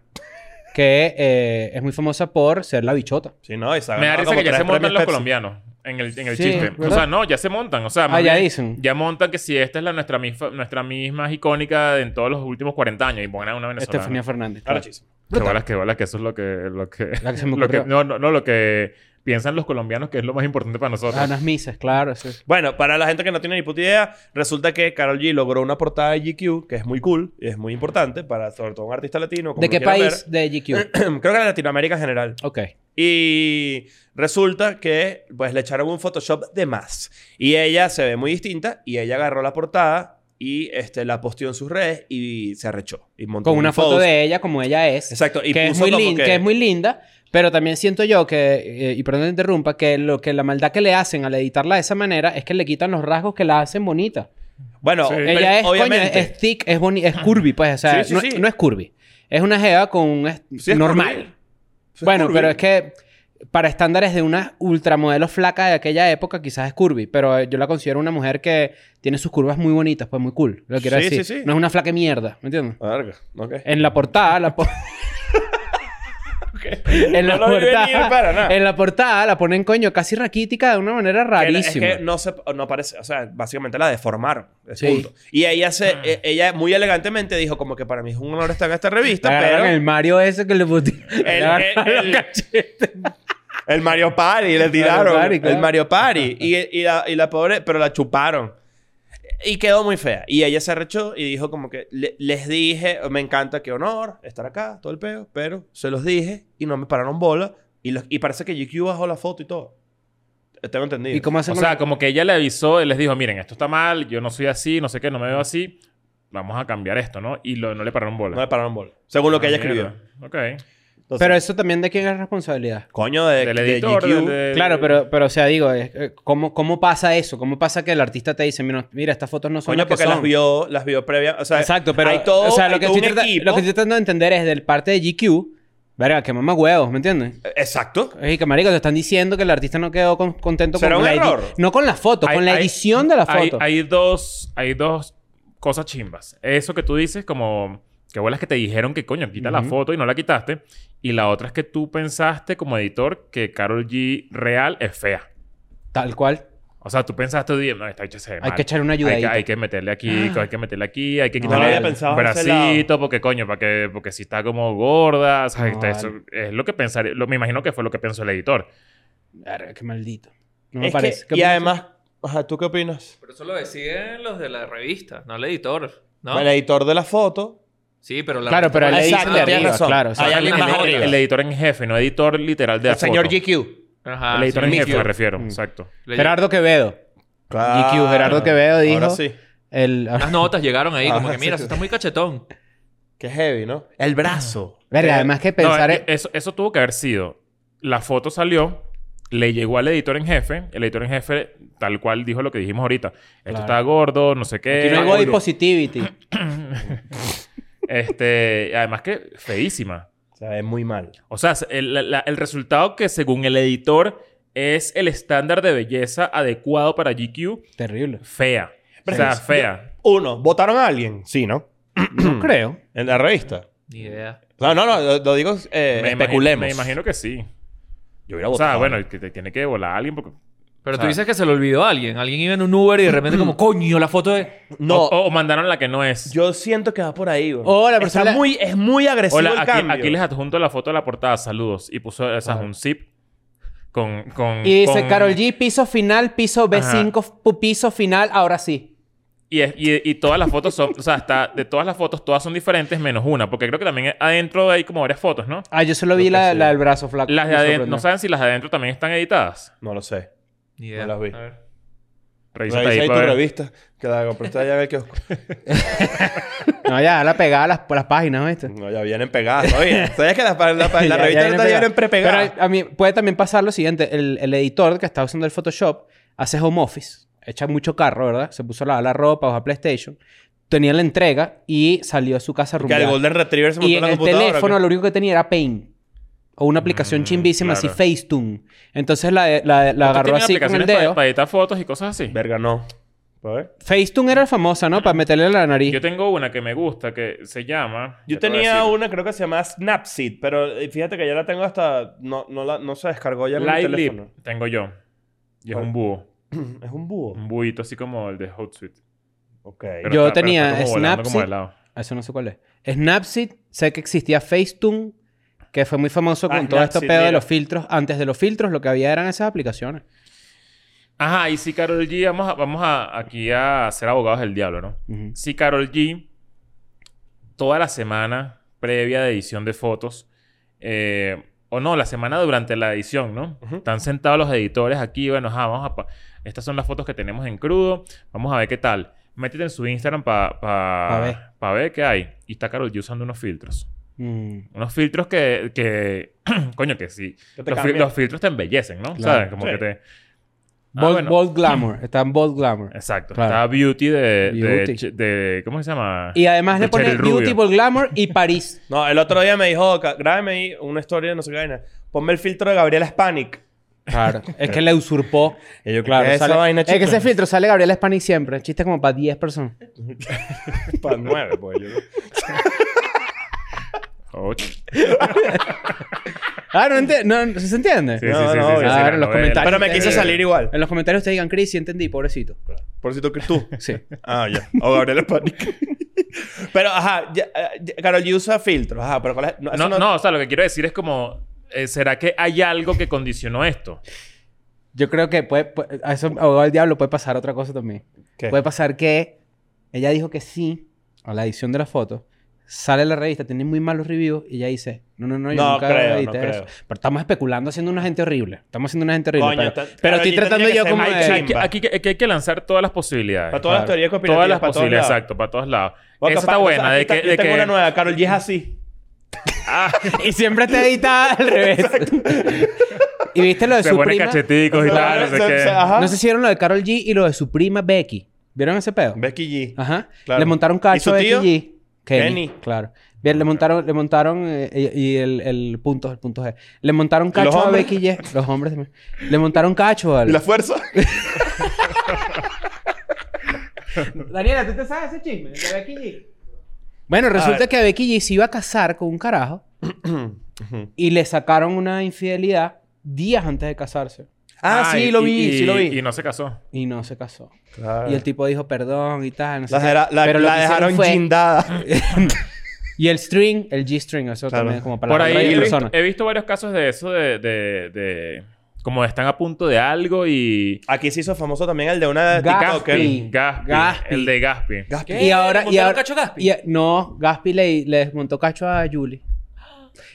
Speaker 1: que eh, es muy famosa por ser la bichota.
Speaker 2: sí, no, y se ha
Speaker 3: Me da
Speaker 2: ganado
Speaker 3: risa
Speaker 2: como
Speaker 3: que ya
Speaker 2: tres
Speaker 3: se montan
Speaker 2: premios
Speaker 3: los
Speaker 2: Pepsi.
Speaker 3: colombianos en el, en el
Speaker 1: Sí,
Speaker 3: chiste. O
Speaker 1: ¿verdad?
Speaker 3: sea, no, ya se montan. O sea, más
Speaker 1: Ah, ya
Speaker 3: bien,
Speaker 1: dicen.
Speaker 3: Ya montan que si esta es la nuestra misma, nuestra misma icónica de en todos los últimos 40 años. Y ponen a una venezolana.
Speaker 1: Estefanía Fernández. claro.
Speaker 2: Arrechísimo.
Speaker 3: Que bolas, que bolas, que eso es lo que... Lo que,
Speaker 1: La que se me
Speaker 3: lo que-
Speaker 1: ocurrió.
Speaker 3: no, no, no, lo que piensan los colombianos que es lo más importante para nosotros.
Speaker 1: Ah, unas misas, claro. eso es.
Speaker 2: Bueno, para la gente que no tiene ni puta idea, resulta que Carol G logró una portada de GQ que es muy cool y es muy importante para sobre todo un artista latino. como
Speaker 1: ¿De
Speaker 2: lo
Speaker 1: qué
Speaker 2: quieran
Speaker 1: país?
Speaker 2: ver.
Speaker 1: De GQ.
Speaker 2: Creo que de Latinoamérica en general.
Speaker 1: ok.
Speaker 2: Y resulta que pues le echaron un Photoshop de más. Y ella se ve muy distinta y ella agarró la portada y este, la posteó en sus redes y se arrechó. Y montó
Speaker 1: Con una
Speaker 2: un
Speaker 1: foto
Speaker 2: post.
Speaker 1: de ella como ella es.
Speaker 2: Exacto. Y
Speaker 1: que, es
Speaker 2: puso
Speaker 1: muy
Speaker 2: como
Speaker 1: lin-
Speaker 2: que-
Speaker 1: que es muy linda, pero también siento yo que, eh, y perdón que interrumpa, que lo que la maldad que le hacen al editarla de esa manera es que le quitan los rasgos que la hacen bonita.
Speaker 2: Bueno,
Speaker 3: Sí.
Speaker 2: pero
Speaker 1: Ella es, coño,
Speaker 2: obviamente.
Speaker 1: es thick, es, boni es curvy, pues, o sea,
Speaker 2: Sí, sí,
Speaker 1: no,
Speaker 2: sí.
Speaker 1: no es curvy. Es una jeva con un est-
Speaker 2: Sí, es
Speaker 1: normal.
Speaker 2: curvy. Eso es
Speaker 1: bueno,
Speaker 2: curvy.
Speaker 1: pero es que para estándares de una ultramodelo flaca de aquella época quizás es curvy, pero eh, yo la considero una mujer que tiene sus curvas muy bonitas, pues muy cool, lo quiero
Speaker 2: Sí,
Speaker 1: decir.
Speaker 2: sí, sí.
Speaker 1: No es una flaca de mierda, ¿me entiendes?
Speaker 2: Verga, ok.
Speaker 1: En la portada, la po- en, la
Speaker 2: No lo vi venir para
Speaker 1: portada
Speaker 2: nada.
Speaker 1: en la portada la ponen, coño, casi raquítica de una manera
Speaker 2: Que no-
Speaker 1: rarísima.
Speaker 2: Es que no se no parece, o sea, básicamente la deformaron. es
Speaker 1: Sí. Ah.
Speaker 2: punto. Y ella se e- ella muy elegantemente dijo como que para mí es un honor estar en esta revista,
Speaker 1: Le agarraron
Speaker 2: pero
Speaker 1: el
Speaker 2: el,
Speaker 1: Mario ese que le pusieron. Le agarraron
Speaker 2: el-
Speaker 1: los cachetes.
Speaker 2: Mario Party le tiraron
Speaker 1: Party, claro.
Speaker 2: el Mario Party y, y la, y la pobre, pero la chuparon. Y quedó muy fea. Y ella se arrechó y dijo como que "Le- les dije, me encanta, qué honor estar acá, todo el peo, pero se los dije y no me pararon bola y los- y parece que GQ bajó la foto y todo. Tengo entendido.
Speaker 1: ¿Y cómo hacen
Speaker 3: O
Speaker 1: con
Speaker 3: sea,
Speaker 1: la-
Speaker 3: como que ella le avisó, él les dijo, miren, esto está mal, yo no soy así, no sé qué, no me veo así, vamos a cambiar esto, ¿no? Y lo- no le pararon bola.
Speaker 2: No le pararon bola. Según lo que
Speaker 3: Ah,
Speaker 2: ella
Speaker 3: mierda.
Speaker 2: escribió.
Speaker 3: Ok.
Speaker 2: Entonces-
Speaker 1: Pero eso también de quién es responsabilidad.
Speaker 2: Coño, de,
Speaker 3: Del
Speaker 2: de
Speaker 3: editor,
Speaker 2: GQ.
Speaker 3: del- del-
Speaker 1: Claro, pero, pero o sea, digo, es- eh, ¿cómo, ¿cómo pasa eso? ¿Cómo pasa que el artista te dice, mira, mira, estas fotos no son
Speaker 2: Coño,
Speaker 1: las que
Speaker 2: porque
Speaker 1: son?
Speaker 2: las vio, las vio previa. O sea,
Speaker 1: Exacto, pero
Speaker 2: hay todo,
Speaker 1: o sea, lo
Speaker 2: hay
Speaker 1: que,
Speaker 2: todo
Speaker 1: estoy
Speaker 2: un
Speaker 1: trata-
Speaker 2: equipo.
Speaker 1: lo que estoy tratando de entender es del parte de GQ, verga, que mamá huevos, ¿me entiendes?
Speaker 2: Exacto.
Speaker 1: Ey, que marico, te están diciendo que el artista no quedó con- contento
Speaker 2: ¿Será
Speaker 1: con
Speaker 2: un
Speaker 1: la edi-
Speaker 2: error?
Speaker 1: No con la foto,
Speaker 3: Hay-
Speaker 1: con la
Speaker 3: hay-
Speaker 1: edición de la
Speaker 3: Hay,
Speaker 1: foto.
Speaker 3: hay dos, hay dos cosas chimbas. Eso que tú dices, como que bolas que te dijeron que coño, quita la
Speaker 1: Ujú.
Speaker 3: foto y no la quitaste. Y la otra es que tú pensaste como editor que Carol G real es fea.
Speaker 1: Tal cual.
Speaker 3: O sea, tú pensaste, "Oye, no, esta bicha se ve
Speaker 1: Hay
Speaker 3: mal".
Speaker 1: que echarle una
Speaker 3: Hay que,
Speaker 1: ayudadita.
Speaker 3: hay que meterle aquí,
Speaker 1: Ah.
Speaker 3: hay que meterle aquí, hay que
Speaker 1: No
Speaker 3: quitarle
Speaker 1: había
Speaker 2: pensado
Speaker 3: el
Speaker 2: en ese lado.
Speaker 3: bracito, porque coño, para que, porque si está como gorda, o sea,
Speaker 1: No,
Speaker 3: está- eso es lo que pensaría, lo, me imagino que fue lo que pensó el editor.
Speaker 1: Verga, qué maldito. No me
Speaker 2: Es que-
Speaker 1: parece. ¿Qué
Speaker 2: y
Speaker 1: opinas?
Speaker 2: además, ajá, ¿tú qué opinas?
Speaker 4: Pero eso lo deciden los de la revista, no el editor. ¿No?
Speaker 2: El editor de la foto.
Speaker 4: Sí, pero la
Speaker 1: Claro, pero él
Speaker 4: la
Speaker 1: le
Speaker 2: Exacto,
Speaker 1: dicen de
Speaker 2: tienes
Speaker 1: arriba,
Speaker 2: razón.
Speaker 1: claro. o sea,
Speaker 2: Hay
Speaker 3: O sea,
Speaker 2: alguien
Speaker 3: el,
Speaker 2: más
Speaker 3: el-
Speaker 2: arriba.
Speaker 3: el editor en jefe, no editor literal de la
Speaker 2: el señor Ah,
Speaker 3: foto.
Speaker 2: GQ.
Speaker 4: Ajá.
Speaker 3: el editor
Speaker 4: sí.
Speaker 3: en jefe, me
Speaker 4: Le-
Speaker 3: refiero.
Speaker 1: Mm.
Speaker 3: Exacto.
Speaker 1: Gerardo Quevedo. GQ, Gerardo Quevedo dijo-
Speaker 2: Ahora sí.
Speaker 1: El...
Speaker 3: Ah,
Speaker 4: Las notas llegaron ahí, como
Speaker 2: Ajá,
Speaker 4: que
Speaker 1: Ah,
Speaker 4: mira,
Speaker 2: sí, sí.
Speaker 4: eso está muy cachetón.
Speaker 2: Qué heavy, ¿no? El brazo.
Speaker 1: Verga, además que
Speaker 3: No,
Speaker 1: pensar...
Speaker 3: eh, eso, eso tuvo que haber sido. La foto salió, le llegó al editor en jefe. El editor en jefe, tal cual dijo lo que dijimos ahorita. Esto
Speaker 1: Claro.
Speaker 3: está gordo, no sé qué.
Speaker 1: y luego hay
Speaker 3: Ángulo.
Speaker 1: positivity.
Speaker 3: Este, además que feísima.
Speaker 2: Se ve muy mal.
Speaker 3: O sea, el, la- la- el resultado que según el editor es el estándar de belleza adecuado para GQ,
Speaker 1: Terrible.
Speaker 3: fea. O sea, fea.
Speaker 2: Uno, ¿votaron a alguien? Sí, ¿no?
Speaker 1: No creo.
Speaker 2: En la revista.
Speaker 4: Ni idea.
Speaker 2: No, no, no. Lo, lo digo, eh,
Speaker 3: Me imagi-
Speaker 2: especulemos.
Speaker 3: me imagino que sí.
Speaker 2: Yo hubiera
Speaker 3: O sea,
Speaker 2: votado.
Speaker 3: bueno, que te tiene que volar alguien porque...
Speaker 4: Pero
Speaker 3: O sea-
Speaker 4: tú dices que se lo olvidó a alguien. Alguien iba en un Uber y de repente
Speaker 1: Mm.
Speaker 4: como, coño, la foto de...
Speaker 2: No,
Speaker 3: O, o mandaron la que no es.
Speaker 2: yo siento que va por ahí, güey.
Speaker 1: O la
Speaker 2: Está
Speaker 1: persona-
Speaker 2: muy, es muy agresivo
Speaker 3: Hola,
Speaker 2: el
Speaker 3: aquí,
Speaker 2: cambio. Ah.
Speaker 3: aquí les adjunto la foto de la portada. Saludos. Y puso, o sea,
Speaker 1: Ajá.
Speaker 3: un zip con... con
Speaker 1: Y dice
Speaker 3: con-
Speaker 1: Carol G, piso final, piso B5, pu- piso final, ahora sí.
Speaker 3: Y, es- y, y todas las fotos son... o sea, hasta de todas las fotos, todas son diferentes menos una. Porque creo que también adentro hay como varias fotos, ¿no?
Speaker 1: Ah, yo solo vi
Speaker 2: Creo que
Speaker 1: la,
Speaker 2: sí.
Speaker 1: la del brazo
Speaker 2: Ah,
Speaker 1: flaco.
Speaker 3: Las de
Speaker 1: me
Speaker 3: adentro...
Speaker 1: sorprendió.
Speaker 3: No saben si las de adentro también están editadas.
Speaker 2: No lo sé.
Speaker 4: Ni idea.
Speaker 2: No las vi.
Speaker 4: A ver.
Speaker 1: este
Speaker 3: Revísate
Speaker 2: Revisa ahí tu
Speaker 3: para ver.
Speaker 2: revista. Que la compraste allá en el kiosco.
Speaker 1: No, ya, la pegada a las, las páginas, ¿viste?
Speaker 2: No, ya vienen pegadas. Oye, ¿sabías que las la, la, la
Speaker 1: Ya- ya
Speaker 2: revista
Speaker 1: vienen
Speaker 2: ya
Speaker 1: pegadas.
Speaker 2: vienen prepegadas?
Speaker 1: Pero a mí puede también pasar lo siguiente. El, el editor que está usando el Photoshop hace home office. Echa mucho carro, ¿verdad? Se puso a lavar la ropa, o a PlayStation. tenía la entrega y salió a su casa a
Speaker 2: Que el
Speaker 1: rumbear.
Speaker 2: Golden Retriever se montó
Speaker 1: Y
Speaker 2: en
Speaker 1: en
Speaker 2: la
Speaker 1: el
Speaker 2: computadora. ¿o
Speaker 1: teléfono
Speaker 2: qué?
Speaker 1: lo único que tenía era Paint. O una aplicación
Speaker 3: Mm,
Speaker 1: chimbísima
Speaker 3: claro.
Speaker 1: así, Facetune. Entonces la, la, la agarró así con el
Speaker 3: para,
Speaker 1: dedo.
Speaker 3: para editar fotos y cosas así.
Speaker 2: Verga, no. A ver.
Speaker 1: Facetune era famosa, ¿no? Para meterle la nariz.
Speaker 3: Yo tengo una que me gusta que se llama.
Speaker 2: Yo
Speaker 3: ya te voy a
Speaker 2: tenía
Speaker 3: decir,
Speaker 2: una, creo que se llamaba Snapseed, pero eh, fíjate que ya la tengo hasta. No, no, la, no se descargó ya en mi
Speaker 3: Light Lip.
Speaker 2: teléfono.
Speaker 3: Tengo yo. Y es
Speaker 2: ¿Cuál?
Speaker 3: un búho.
Speaker 2: Es un búho.
Speaker 3: Un buito así como el de Hotsuite.
Speaker 2: Ok.
Speaker 3: Pero
Speaker 1: Yo
Speaker 3: está- pero
Speaker 1: tenía
Speaker 3: está como volando como de
Speaker 1: Snapseed.
Speaker 3: lado.
Speaker 1: Eso no sé cuál es. Snapseed, sé que existía Facetune, que fue muy famoso
Speaker 2: Ah,
Speaker 1: con todo este
Speaker 2: Snapseed,
Speaker 1: pedo de
Speaker 2: mira.
Speaker 1: los filtros. Antes de los filtros, lo que había eran esas aplicaciones.
Speaker 3: Ajá, y si Carol G, vamos, a, vamos a- aquí a ser abogados del diablo, ¿no?
Speaker 1: Ujú.
Speaker 3: Si Carol G, toda la semana previa de edición de fotos, eh, o no, la semana durante la edición, ¿no?
Speaker 2: Ujú.
Speaker 3: Están sentados los editores aquí, bueno, ajá, vamos a... pa- Estas son las fotos que tenemos en crudo, vamos a ver qué tal. Métete en su Instagram para
Speaker 1: Pa' ver.
Speaker 3: ver qué hay. Y está Carol G usando unos filtros.
Speaker 1: Mm.
Speaker 3: Unos filtros que, que coño, que sí.
Speaker 2: Que te
Speaker 3: Los, fil-
Speaker 2: cambia.
Speaker 3: los filtros te embellecen, ¿no?
Speaker 1: Claro.
Speaker 3: ¿Sabes? Como
Speaker 2: Sí.
Speaker 3: que te... Ah,
Speaker 1: Bold,
Speaker 3: bueno.
Speaker 1: Bold Glamour. Está en Bold Glamour.
Speaker 3: Exacto.
Speaker 1: Claro.
Speaker 3: Está Beauty de,
Speaker 1: Beauty.
Speaker 3: De, ch- de- ¿Cómo se llama?
Speaker 1: Y además
Speaker 3: de
Speaker 1: le pone
Speaker 3: Cheryl Rubio.
Speaker 1: Beauty, Bold Glamour y París.
Speaker 2: No, el otro día me dijo, "Ca- grábame ahí una historia de no sé qué vaina. Ponme el filtro de Gabriela Spanik.
Speaker 1: Claro. es que le usurpó.
Speaker 2: Y yo, claro,
Speaker 1: Es que
Speaker 2: esa
Speaker 1: sale-
Speaker 2: vaina,
Speaker 1: Es que
Speaker 2: chico.
Speaker 1: ese filtro sale Gabriel Spanik siempre. Chiste como para 10 personas.
Speaker 2: Para nueve, pues. yo-
Speaker 3: Oh, ch-
Speaker 1: Ah, no, enti- no, no- ¿se entiende?
Speaker 3: Sí,
Speaker 2: No,
Speaker 3: sí, sí,
Speaker 2: no,
Speaker 3: sí, sí,
Speaker 2: obvio.
Speaker 3: sí,
Speaker 1: Ah,
Speaker 3: la
Speaker 1: en los
Speaker 3: novela.
Speaker 1: comentarios.
Speaker 2: Pero me quiso salir igual.
Speaker 1: En los comentarios te digan, Chris, sí entendí, pobrecito.
Speaker 2: Por cierto que tú.
Speaker 1: Sí.
Speaker 2: Ah, ya. O Gabriela Spanik. pero, ajá, ya, eh, ya- Carol G usa filtros. Ajá, pero ¿cuál es? eso
Speaker 3: No, no, o sea, lo que quiero decir es como... eh, ¿Será que hay algo que condicionó esto?
Speaker 1: Yo creo que puede, puede- a eso, abogado del diablo, puede pasar otra cosa también.
Speaker 2: ¿Qué?
Speaker 1: Puede pasar que ella dijo que sí a la edición de la foto. Sale la revista, tiene muy malos reviews y ella dice, no, no, no, yo
Speaker 2: No
Speaker 1: nunca
Speaker 2: creo,
Speaker 1: edité
Speaker 2: no
Speaker 1: eso.
Speaker 2: creo.
Speaker 1: Pero estamos especulando haciendo una gente horrible. Estamos haciendo una gente horrible.
Speaker 2: Coño,
Speaker 1: pero
Speaker 2: está-
Speaker 1: pero
Speaker 2: Carol
Speaker 1: estoy
Speaker 2: G
Speaker 1: tratando
Speaker 2: tendría
Speaker 1: yo
Speaker 2: que ser
Speaker 1: como
Speaker 2: más
Speaker 1: de-
Speaker 3: O sea, aquí,
Speaker 2: chimba.
Speaker 3: aquí que- que hay que lanzar todas las posibilidades.
Speaker 2: Para todas las
Speaker 1: Claro.
Speaker 2: teorías conspirativas.
Speaker 3: Todas las
Speaker 2: para todos
Speaker 3: posibilidades,
Speaker 2: lados.
Speaker 3: exacto, para todos lados.
Speaker 2: Bueno,
Speaker 3: Esa
Speaker 2: capaz-
Speaker 3: está
Speaker 2: o sea,
Speaker 3: buena.
Speaker 2: aquí
Speaker 3: de
Speaker 2: está-
Speaker 3: que,
Speaker 2: yo
Speaker 3: de
Speaker 2: tengo
Speaker 3: que-
Speaker 2: una nueva. Carol G es así.
Speaker 1: Y siempre está editada al revés. y viste lo de
Speaker 3: se
Speaker 1: su
Speaker 3: pone
Speaker 1: prima.
Speaker 3: cacheticos y
Speaker 2: O sea,
Speaker 3: tal, no
Speaker 2: se-
Speaker 3: sé qué.
Speaker 2: se- ajá.
Speaker 1: No sé si vieron lo de Carol G y lo de su prima Becky. ¿Vieron ese pedo?
Speaker 2: Becky G.
Speaker 1: Ajá.
Speaker 2: Claro.
Speaker 1: Le montaron
Speaker 2: ¿Y su
Speaker 1: cacho a Becky
Speaker 2: tío?
Speaker 1: G. Kenny.
Speaker 2: Kenny.
Speaker 1: Claro. Bien, le montaron, le montaron eh, y, y el, el punto, el punto G. Le montaron
Speaker 2: los
Speaker 1: cacho a
Speaker 2: hombres?
Speaker 1: Becky G. Los hombres también. Le montaron cacho al.
Speaker 2: ¿Y la fuerza?
Speaker 1: Daniela, ¿tú te sabes ese chisme de Becky G? Bueno, resulta que Becky G se iba a casar con un carajo y le sacaron una infidelidad días antes de casarse
Speaker 2: ah,
Speaker 3: y-
Speaker 2: sí, lo vi,
Speaker 3: y-
Speaker 2: sí lo vi.
Speaker 3: Y no se casó.
Speaker 1: y no se casó.
Speaker 2: Claro.
Speaker 1: Y el tipo dijo perdón y tal. No sé
Speaker 2: La,
Speaker 1: qué.
Speaker 2: dera- la-
Speaker 1: Pero lo
Speaker 2: la
Speaker 1: que hicieron
Speaker 2: dejaron
Speaker 1: fue-
Speaker 2: guindada.
Speaker 1: Y el string, el G-string, eso
Speaker 2: Claro.
Speaker 1: también es como para
Speaker 3: Por
Speaker 1: la
Speaker 3: ahí
Speaker 1: otra
Speaker 3: he visto-
Speaker 1: persona.
Speaker 3: he visto varios casos de eso, de, de, de- como están a punto de algo y
Speaker 2: Aquí se hizo famoso también el de una
Speaker 1: Gaspi.
Speaker 2: TikToker.
Speaker 3: Gaspi,
Speaker 1: Gaspi.
Speaker 3: el de Gaspi.
Speaker 2: Gaspi.
Speaker 4: ¿Qué?
Speaker 1: Y ahora,
Speaker 4: ¿Le
Speaker 1: y
Speaker 4: montaron
Speaker 1: ahora
Speaker 4: cacho a Gaspi?
Speaker 1: y a- no, Gaspi le, le desmontó cacho a Julie.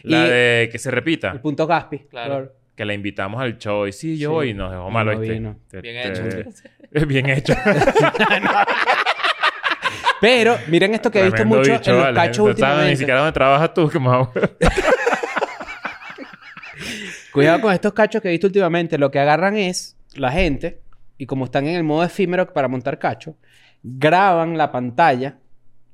Speaker 3: La
Speaker 1: y-
Speaker 3: de que se
Speaker 1: El
Speaker 3: repita,
Speaker 1: punto Gaspi.
Speaker 4: Claro.
Speaker 3: que la invitamos al show y sí, yo
Speaker 1: Sí.
Speaker 3: voy y nos dejó malo.
Speaker 1: No
Speaker 3: ¿viste?
Speaker 1: vino.
Speaker 3: Te-
Speaker 4: Bien
Speaker 3: te-
Speaker 4: hecho.
Speaker 3: Bien hecho.
Speaker 1: Pero miren esto que he visto
Speaker 3: Tremendo
Speaker 1: mucho
Speaker 3: bicho,
Speaker 1: en los
Speaker 3: vale.
Speaker 1: cachos
Speaker 3: No sabes ni
Speaker 1: últimamente.
Speaker 3: siquiera dónde trabajas tú, que más-
Speaker 1: Cuidado con estos cachos que he visto últimamente. Lo que agarran es la gente, y como están en el modo efímero para montar cacho, graban la pantalla.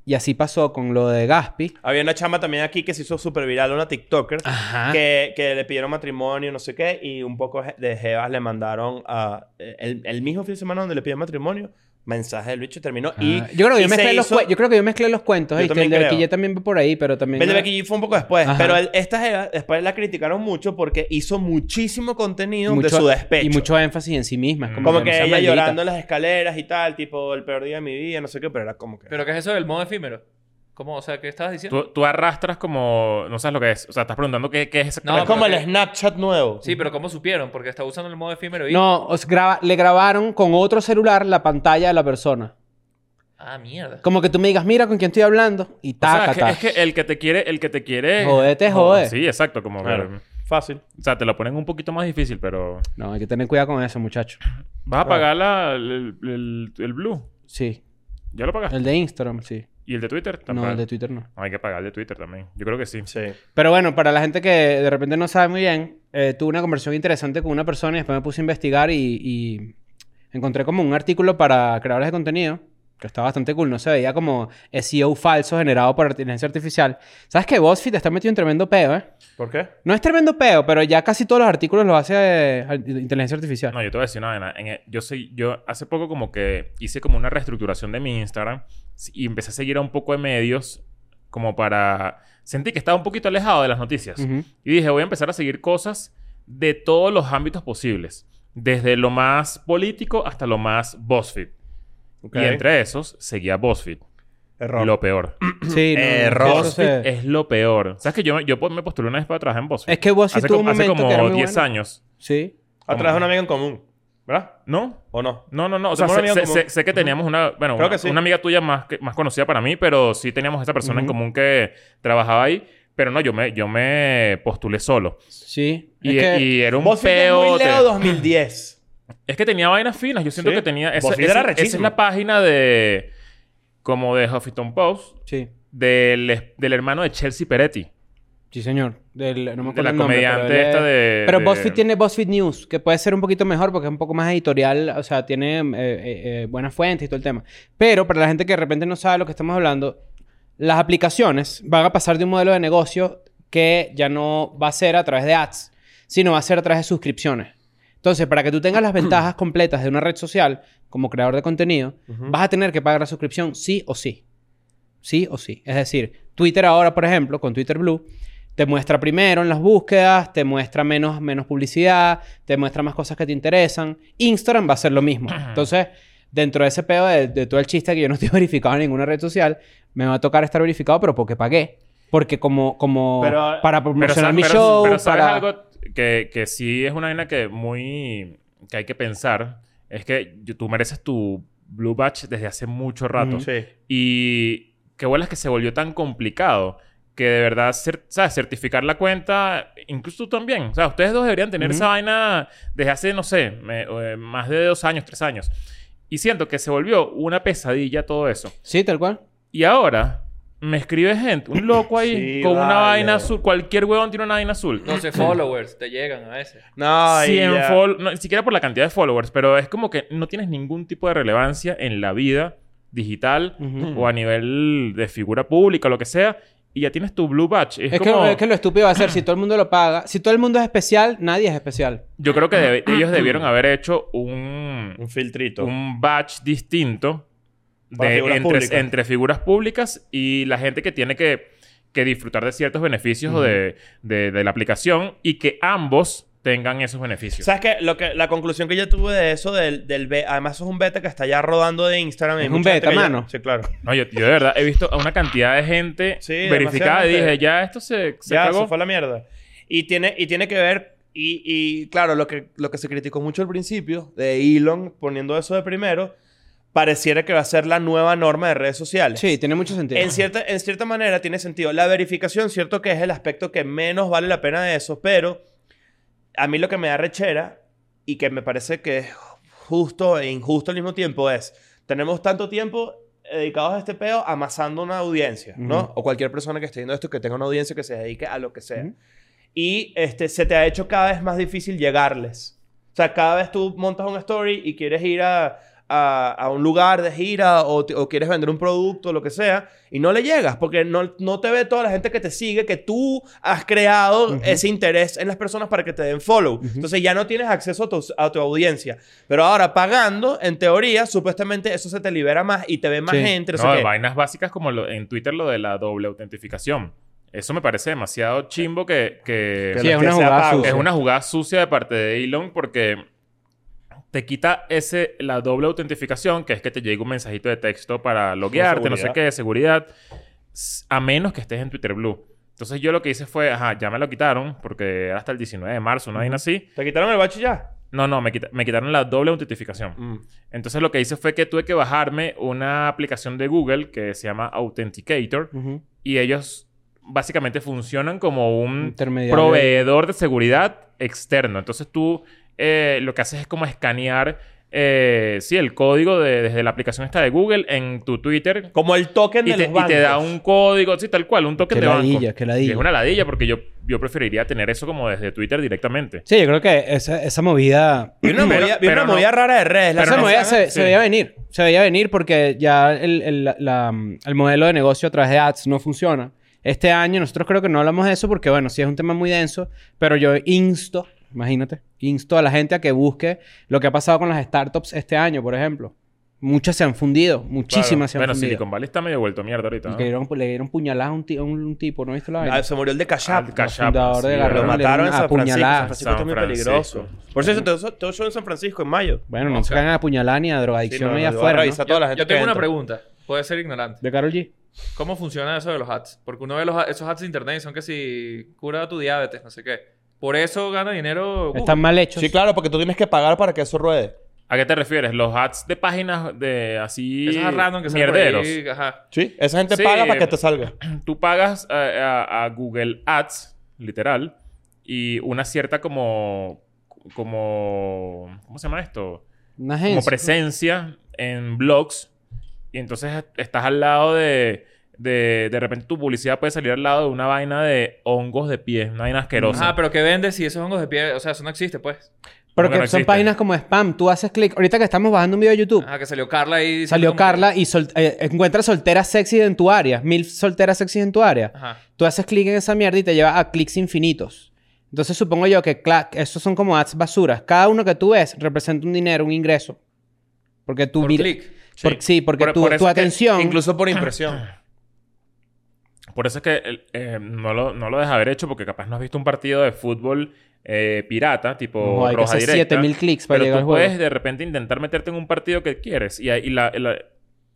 Speaker 1: Y así pasó con lo de Gaspi.
Speaker 2: Había una chama también aquí que se hizo súper viral, una TikToker.
Speaker 1: Ajá.
Speaker 2: Que, que le pidieron matrimonio, no sé qué, y un poco de jevas le mandaron a. eh, El, el mismo fin de semana donde le pidieron matrimonio, mensaje del bicho y terminó. y,
Speaker 1: Ah, yo, creo que
Speaker 2: y
Speaker 1: yo,
Speaker 2: se
Speaker 1: mezclé los
Speaker 2: hizo-
Speaker 1: cue- yo creo que yo mezclé los cuentos.
Speaker 2: Yo
Speaker 1: ¿viste?
Speaker 2: también
Speaker 1: el de
Speaker 2: creo.
Speaker 1: Becky G también va por ahí, pero también...
Speaker 2: El de Becky G fue un poco después,
Speaker 1: Ajá.
Speaker 2: pero el- esta jeva después la criticaron mucho porque hizo muchísimo contenido de
Speaker 1: mucho-
Speaker 2: su despecho.
Speaker 1: Y mucho énfasis en sí misma. es
Speaker 2: como
Speaker 1: no
Speaker 2: que
Speaker 3: Mm.
Speaker 1: sea
Speaker 2: ella
Speaker 1: maldita.
Speaker 2: llorando en las escaleras y tal, tipo el peor día de mi vida, no sé qué, pero era como que.
Speaker 4: ¿Pero qué es eso del modo efímero? ¿Cómo? O sea, ¿qué estabas diciendo?
Speaker 3: tú, tú arrastras como... No sabes lo que es. O sea, estás preguntando qué, qué es
Speaker 2: es
Speaker 4: No,
Speaker 3: exactamente.
Speaker 2: como
Speaker 4: pero
Speaker 2: el Snapchat nuevo.
Speaker 4: Sí, pero ¿cómo supieron? Porque está usando el modo efímero y...
Speaker 1: No, os graba- le grabaron con otro celular la pantalla de la persona.
Speaker 4: Ah, mierda.
Speaker 1: Como que tú me digas, mira con quién estoy hablando. Y
Speaker 3: O sea,
Speaker 1: taca,
Speaker 3: es que-
Speaker 1: taca.
Speaker 3: es, que, el que te quiere... El que te quiere...
Speaker 1: Joder, te jode.
Speaker 3: Sí, exacto. Como que-
Speaker 2: Claro. Fácil.
Speaker 3: O sea, te lo ponen un poquito más difícil, pero...
Speaker 1: No, hay que tener cuidado con eso, muchacho.
Speaker 3: Vas a pagar la, el, el- el Blue.
Speaker 1: Sí.
Speaker 3: Ya lo pagaste.
Speaker 1: El de Instagram, sí.
Speaker 3: ¿Y el de Twitter? Tampoco.
Speaker 1: No, el de Twitter no.
Speaker 3: Hay que pagar el de Twitter también. Yo creo que sí.
Speaker 2: Sí.
Speaker 1: Pero bueno, para la gente que de repente no sabe muy bien, eh, tuve una conversación interesante con una persona y después me puse a investigar y, y encontré como un artículo para creadores de contenido Que está bastante cool. No se veía como SEO falso generado por inteligencia artificial. ¿Sabes que BuzzFeed está metido en tremendo peo, eh?
Speaker 2: ¿Por qué?
Speaker 1: No es tremendo peo, pero ya casi todos los artículos los hace eh, ar- inteligencia artificial.
Speaker 3: No, yo te voy a decir una vaina. En el- yo, soy, yo hace poco como que hice como una reestructuración de mi Instagram y empecé a seguir a un poco de medios como para... Sentí que estaba un poquito alejado de las noticias.
Speaker 1: Ujú.
Speaker 3: Y dije, voy a empezar a seguir cosas de todos los ámbitos posibles. Desde lo más político hasta lo más BuzzFeed.
Speaker 2: Ok.
Speaker 3: Y entre esos, seguía BuzzFeed.
Speaker 2: Error.
Speaker 3: Lo peor.
Speaker 1: Sí, no,
Speaker 3: Eh,
Speaker 2: Error.
Speaker 1: eso
Speaker 3: BuzzFeed
Speaker 1: se-
Speaker 3: es lo peor. ¿Sabes que yo, me- yo po- me postulé una vez para trabajar en BuzzFeed?
Speaker 1: Es que BuzzFeed
Speaker 3: hace
Speaker 1: tuvo
Speaker 3: como,
Speaker 1: un
Speaker 3: hace
Speaker 1: momento que era
Speaker 3: como
Speaker 1: muy
Speaker 3: 10
Speaker 1: bueno.
Speaker 3: años.
Speaker 1: Sí.
Speaker 2: A través de una amiga en común. ¿Verdad?
Speaker 3: ¿No?
Speaker 2: ¿O no?
Speaker 3: No, no, no. O sea,
Speaker 2: Tenemos
Speaker 3: sé,
Speaker 2: una amiga
Speaker 3: sé-
Speaker 2: en
Speaker 3: sé-
Speaker 2: común.
Speaker 3: sé que teníamos una... Bueno,
Speaker 2: Creo
Speaker 3: una,
Speaker 2: que sí.
Speaker 3: una amiga tuya más, que- más conocida para mí, pero sí teníamos esa persona en
Speaker 1: Ujú.
Speaker 3: común que trabajaba ahí. Pero no, yo me, yo me postulé solo.
Speaker 1: Sí.
Speaker 3: Y, eh,
Speaker 1: es que...
Speaker 3: y era un
Speaker 2: Vos
Speaker 3: peo.
Speaker 2: muy Leo 2010.
Speaker 3: Es que tenía vainas finas. Yo siento
Speaker 2: Sí.
Speaker 3: que tenía... Esa,
Speaker 2: BuzzFeed
Speaker 3: esa-
Speaker 2: era
Speaker 3: esa es
Speaker 2: rechísimo.
Speaker 3: la página de... Como de Huffington Post.
Speaker 1: Sí.
Speaker 3: Del, del hermano de Chelsea Peretti.
Speaker 1: Sí, señor. Del, no me
Speaker 3: de
Speaker 1: acuerdo
Speaker 3: la
Speaker 1: el nombre, pero
Speaker 3: comediante
Speaker 1: él es-
Speaker 3: esta de...
Speaker 1: Pero
Speaker 3: de-
Speaker 1: BuzzFeed tiene BuzzFeed News, que puede ser un poquito mejor porque es un poco más editorial, o sea, tiene eh, eh, eh, buenas fuentes y todo el tema. Pero para la gente que de repente no sabe lo que estamos hablando, las aplicaciones van a pasar de un modelo de negocio que ya no va a ser a través de ads, sino va a ser a través de suscripciones. Entonces, para que tú tengas las ventajas completas de una red social como creador de contenido, vas a tener que pagar la suscripción sí o sí. Sí o sí. Es decir, Twitter ahora, por ejemplo, con Twitter Blue, te muestra primero en las búsquedas, te muestra menos, menos publicidad, te muestra más cosas que te interesan. Instagram va a ser lo mismo. Entonces, dentro de ese pedo de, de todo el chiste que yo no estoy verificado en ninguna red social, me va a tocar estar verificado, pero porque pagué. Porque como, como
Speaker 2: Pero-
Speaker 1: para
Speaker 3: Pero,
Speaker 1: promocionar
Speaker 3: sa-
Speaker 1: mi
Speaker 3: pero-
Speaker 1: show,
Speaker 3: pero sabes
Speaker 1: para...
Speaker 3: algo que, que sí es una vaina que muy... Que hay que pensar. Es que yo- tú mereces tu Blue Batch desde hace mucho rato.
Speaker 1: Ujú.
Speaker 2: Sí.
Speaker 3: Y qué bolas que se volvió tan complicado que de verdad, cer- ¿sabes? Certificar la cuenta, incluso tú también. O sea, ustedes dos deberían tener
Speaker 1: Ujú.
Speaker 3: esa vaina desde hace, no sé, me- o, eh, más de dos años, tres años. Y siento que se volvió una pesadilla todo eso.
Speaker 1: Sí, tal cual.
Speaker 3: Y ahora me escribe gente, un loco ahí,
Speaker 2: Sí,
Speaker 3: con una
Speaker 2: vale.
Speaker 3: vaina azul. Cualquier huevón tiene una vaina azul.
Speaker 4: 12 followers te llegan a veces.
Speaker 2: No, y
Speaker 3: 100
Speaker 2: ya.
Speaker 3: fol- no, ni siquiera por la cantidad de followers, pero es como que no tienes ningún tipo de relevancia en la vida digital
Speaker 1: Ujú.
Speaker 3: o a nivel de figura pública o lo que sea, y ya tienes tu blue badge. Es,
Speaker 1: Es,
Speaker 3: como,
Speaker 1: que, es que lo estúpido va a ser si todo el mundo lo paga. Si todo el mundo es especial, nadie es especial.
Speaker 3: Yo creo que debe- ellos debieron haber hecho un,
Speaker 2: Un filtrito.
Speaker 3: un badge distinto
Speaker 2: Para
Speaker 3: de-
Speaker 2: figuras
Speaker 3: entre,
Speaker 2: públicas.
Speaker 3: entre figuras públicas y la gente que tiene que, que disfrutar de ciertos beneficios o de, de- de la aplicación y que ambos tengan esos beneficios.
Speaker 2: ¿Sabes qué? Lo que, la conclusión que yo tuve de eso, del, del be- además eso es un beta que está ya rodando de Instagram. y
Speaker 1: Es
Speaker 2: mucha
Speaker 1: un beta,
Speaker 2: gente que ya-
Speaker 1: mano.
Speaker 2: Sí, claro.
Speaker 3: No, yo, yo de verdad he visto a una cantidad de gente
Speaker 2: Sí,
Speaker 3: verificada y
Speaker 2: demasiada
Speaker 3: dije,
Speaker 2: gente.
Speaker 3: ya esto se, se
Speaker 2: ya,
Speaker 3: cagó.
Speaker 2: se fue a la mierda. Y tiene, y tiene que ver... Y, y, claro, lo que, lo que se criticó mucho al principio de Elon poniendo eso de primero, pareciera que va a ser la nueva norma de redes sociales.
Speaker 1: Sí, tiene mucho sentido.
Speaker 2: En cierta, en cierta manera tiene sentido. La verificación, cierto que es el aspecto que menos vale la pena de eso, pero a mí lo que me da rechera y que me parece que es justo e injusto al mismo tiempo es, tenemos tanto tiempo dedicados a este peo amasando una audiencia, ¿no?
Speaker 1: Ujú.
Speaker 2: O cualquier persona que esté viendo esto que tenga una audiencia que se dedique a lo que sea.
Speaker 1: Ujú.
Speaker 2: Y este, se te ha hecho cada vez más difícil llegarles. O sea, cada vez tú montas un story y quieres ir a, a, a un lugar de gira o, te- o quieres vender un producto, lo que sea, y no le llegas porque no, no te ve toda la gente que te sigue, que tú has creado ese interés en las personas para que te den follow. Entonces ya no tienes acceso a tu, a tu audiencia. Pero ahora pagando, en teoría, supuestamente eso se te libera más y te ve más
Speaker 1: Sí.
Speaker 2: gente. No, sé
Speaker 3: No,
Speaker 2: qué.
Speaker 3: vainas básicas como lo- en Twitter lo de la doble autentificación. Eso me parece demasiado chimbo que, que
Speaker 1: Sí, es
Speaker 2: Que
Speaker 1: una
Speaker 2: sea
Speaker 1: jugada
Speaker 2: pago.
Speaker 1: sucia.
Speaker 3: es una jugada sucia de parte de Elon porque te quita ese, la doble autentificación, que es que te llegue un mensajito de texto para loguearte, no sé
Speaker 2: seguridad.
Speaker 3: qué, de seguridad, s- a menos que estés en Twitter Blue. Entonces yo lo que hice fue, ajá, ya me lo quitaron porque era hasta el 19 de marzo, una vaina así.
Speaker 2: ¿Te quitaron el bache ya?
Speaker 3: No, no, me, quita- me quitaron la doble autentificación. Entonces lo que hice fue que tuve que bajarme una aplicación de Google que se llama Authenticator
Speaker 1: Ujú.
Speaker 3: y ellos básicamente funcionan como un
Speaker 1: Intermediario.
Speaker 3: proveedor de seguridad externo. Entonces tú eh, lo que haces es como escanear, eh, sí, el código de- desde la aplicación esta de Google en tu Twitter
Speaker 2: Como el token
Speaker 3: y
Speaker 2: de
Speaker 3: te,
Speaker 2: los
Speaker 3: y te da
Speaker 2: bancos.
Speaker 3: un código, sí, tal cual, un token
Speaker 1: Qué
Speaker 3: de banco.
Speaker 1: ladilla, qué ladilla.
Speaker 3: Y es una ladilla porque yo, yo preferiría tener eso como desde Twitter directamente.
Speaker 1: Sí, yo creo que esa, esa movida...
Speaker 2: Vi una
Speaker 3: Pero-
Speaker 2: movida, vi
Speaker 3: pero
Speaker 2: una
Speaker 3: no-
Speaker 2: movida rara de redes. la
Speaker 1: esa
Speaker 3: pero
Speaker 2: semana
Speaker 3: no
Speaker 1: movida
Speaker 2: pasada.
Speaker 1: se, se
Speaker 3: sí.
Speaker 1: veía venir. Se veía venir porque ya el, el- la- el modelo de negocio a través de ads no funciona. Este año nosotros creo que no hablamos de eso porque, bueno, sí es un tema muy denso, pero yo insto, imagínate, insto a la gente a que busque lo que ha pasado con las startups este año, por ejemplo. Muchas se han fundido, muchísimas
Speaker 3: Claro. Bueno,
Speaker 1: se han
Speaker 3: Silicon
Speaker 1: fundido.
Speaker 3: Valley está medio vuelto mierda ahorita.
Speaker 1: Y
Speaker 3: ¿no?
Speaker 1: que dieron- le dieron puñaladas a un, ti- a un- un tipo, ¿no viste la vaina?
Speaker 2: Ah, se murió el de Cash App.
Speaker 3: Al Cash App,
Speaker 1: fundador de
Speaker 3: sí,
Speaker 1: la
Speaker 3: ¿verdad?
Speaker 2: Lo
Speaker 1: Pero le
Speaker 2: mataron en
Speaker 1: dieron
Speaker 2: San Francisco.
Speaker 1: apuñaladas.
Speaker 2: San Francisco está
Speaker 3: San
Speaker 2: muy
Speaker 3: Francisco.
Speaker 2: peligroso. Por eso, todo, todo show en San Francisco en mayo.
Speaker 1: Bueno, no se
Speaker 4: Ok.
Speaker 1: cagan a puñaladas ni a
Speaker 2: Sí,
Speaker 1: drogadicción
Speaker 2: no,
Speaker 1: ahí
Speaker 2: no, voy a
Speaker 1: afuera. ¿no?
Speaker 2: revisar a toda la gente
Speaker 4: Yo tengo
Speaker 2: que
Speaker 4: una
Speaker 2: entra.
Speaker 4: pregunta. Puede ser ignorante.
Speaker 1: De Carol G.
Speaker 4: ¿Cómo funciona eso de los hats? Porque uno ve los, ha- esos hats de internet y son que si cura tu diabetes, no sé qué. Por eso gana dinero uh, Google.
Speaker 1: Están mal hechos.
Speaker 2: Sí, claro, porque tú tienes que pagar para que eso ruede.
Speaker 3: ¿A qué te refieres? Los ads de páginas de así...
Speaker 4: Esos hats random que salen por
Speaker 3: mierderos.
Speaker 4: ahí, Ajá.
Speaker 2: Sí, esa gente
Speaker 3: Sí.
Speaker 2: paga para que te salga.
Speaker 3: tú pagas a, a- a Google Ads, literal, y una cierta como... como ¿Cómo se llama esto?
Speaker 1: Una
Speaker 3: Como
Speaker 1: agencia.
Speaker 3: presencia en blogs. Y entonces estás al lado de... De, de repente tu publicidad puede salir al lado de una vaina de hongos de pies, una vaina asquerosa.
Speaker 4: Ajá, pero ¿qué vendes si esos hongos de pie? O sea, eso no existe, pues.
Speaker 1: Porque
Speaker 3: Porque no
Speaker 1: son
Speaker 3: existe.
Speaker 1: páginas como spam. Tú haces clic. Ahorita que estamos bajando un video de YouTube.
Speaker 4: Ajá, que salió Carla y...
Speaker 1: Salió Carla y sol- eh, encuentra solteras sexy en tu área. Mil solteras sexy en tu área.
Speaker 4: Ajá.
Speaker 1: Tú haces clic en esa mierda y te lleva a clics infinitos. Entonces supongo yo que clac, esos son como ads basuras. Cada uno que tú ves representa un dinero, un ingreso. Porque tú
Speaker 4: Por
Speaker 1: mira-
Speaker 4: clic.
Speaker 1: por- sí. porque
Speaker 3: Por-
Speaker 1: tu,
Speaker 3: por
Speaker 1: tu
Speaker 3: eso es que
Speaker 1: atención.
Speaker 2: Incluso por impresión.
Speaker 3: Por eso es que el- eh, no, lo, no lo dejas haber hecho porque capaz no has visto un partido de fútbol eh, pirata, tipo
Speaker 1: No, hay que
Speaker 3: roja
Speaker 1: hacer
Speaker 3: directa.
Speaker 1: 7000 clics para
Speaker 3: pero
Speaker 1: llegar
Speaker 3: tú
Speaker 1: al juego.
Speaker 3: puedes de repente intentar meterte en un partido que quieres y, hay- y la, la-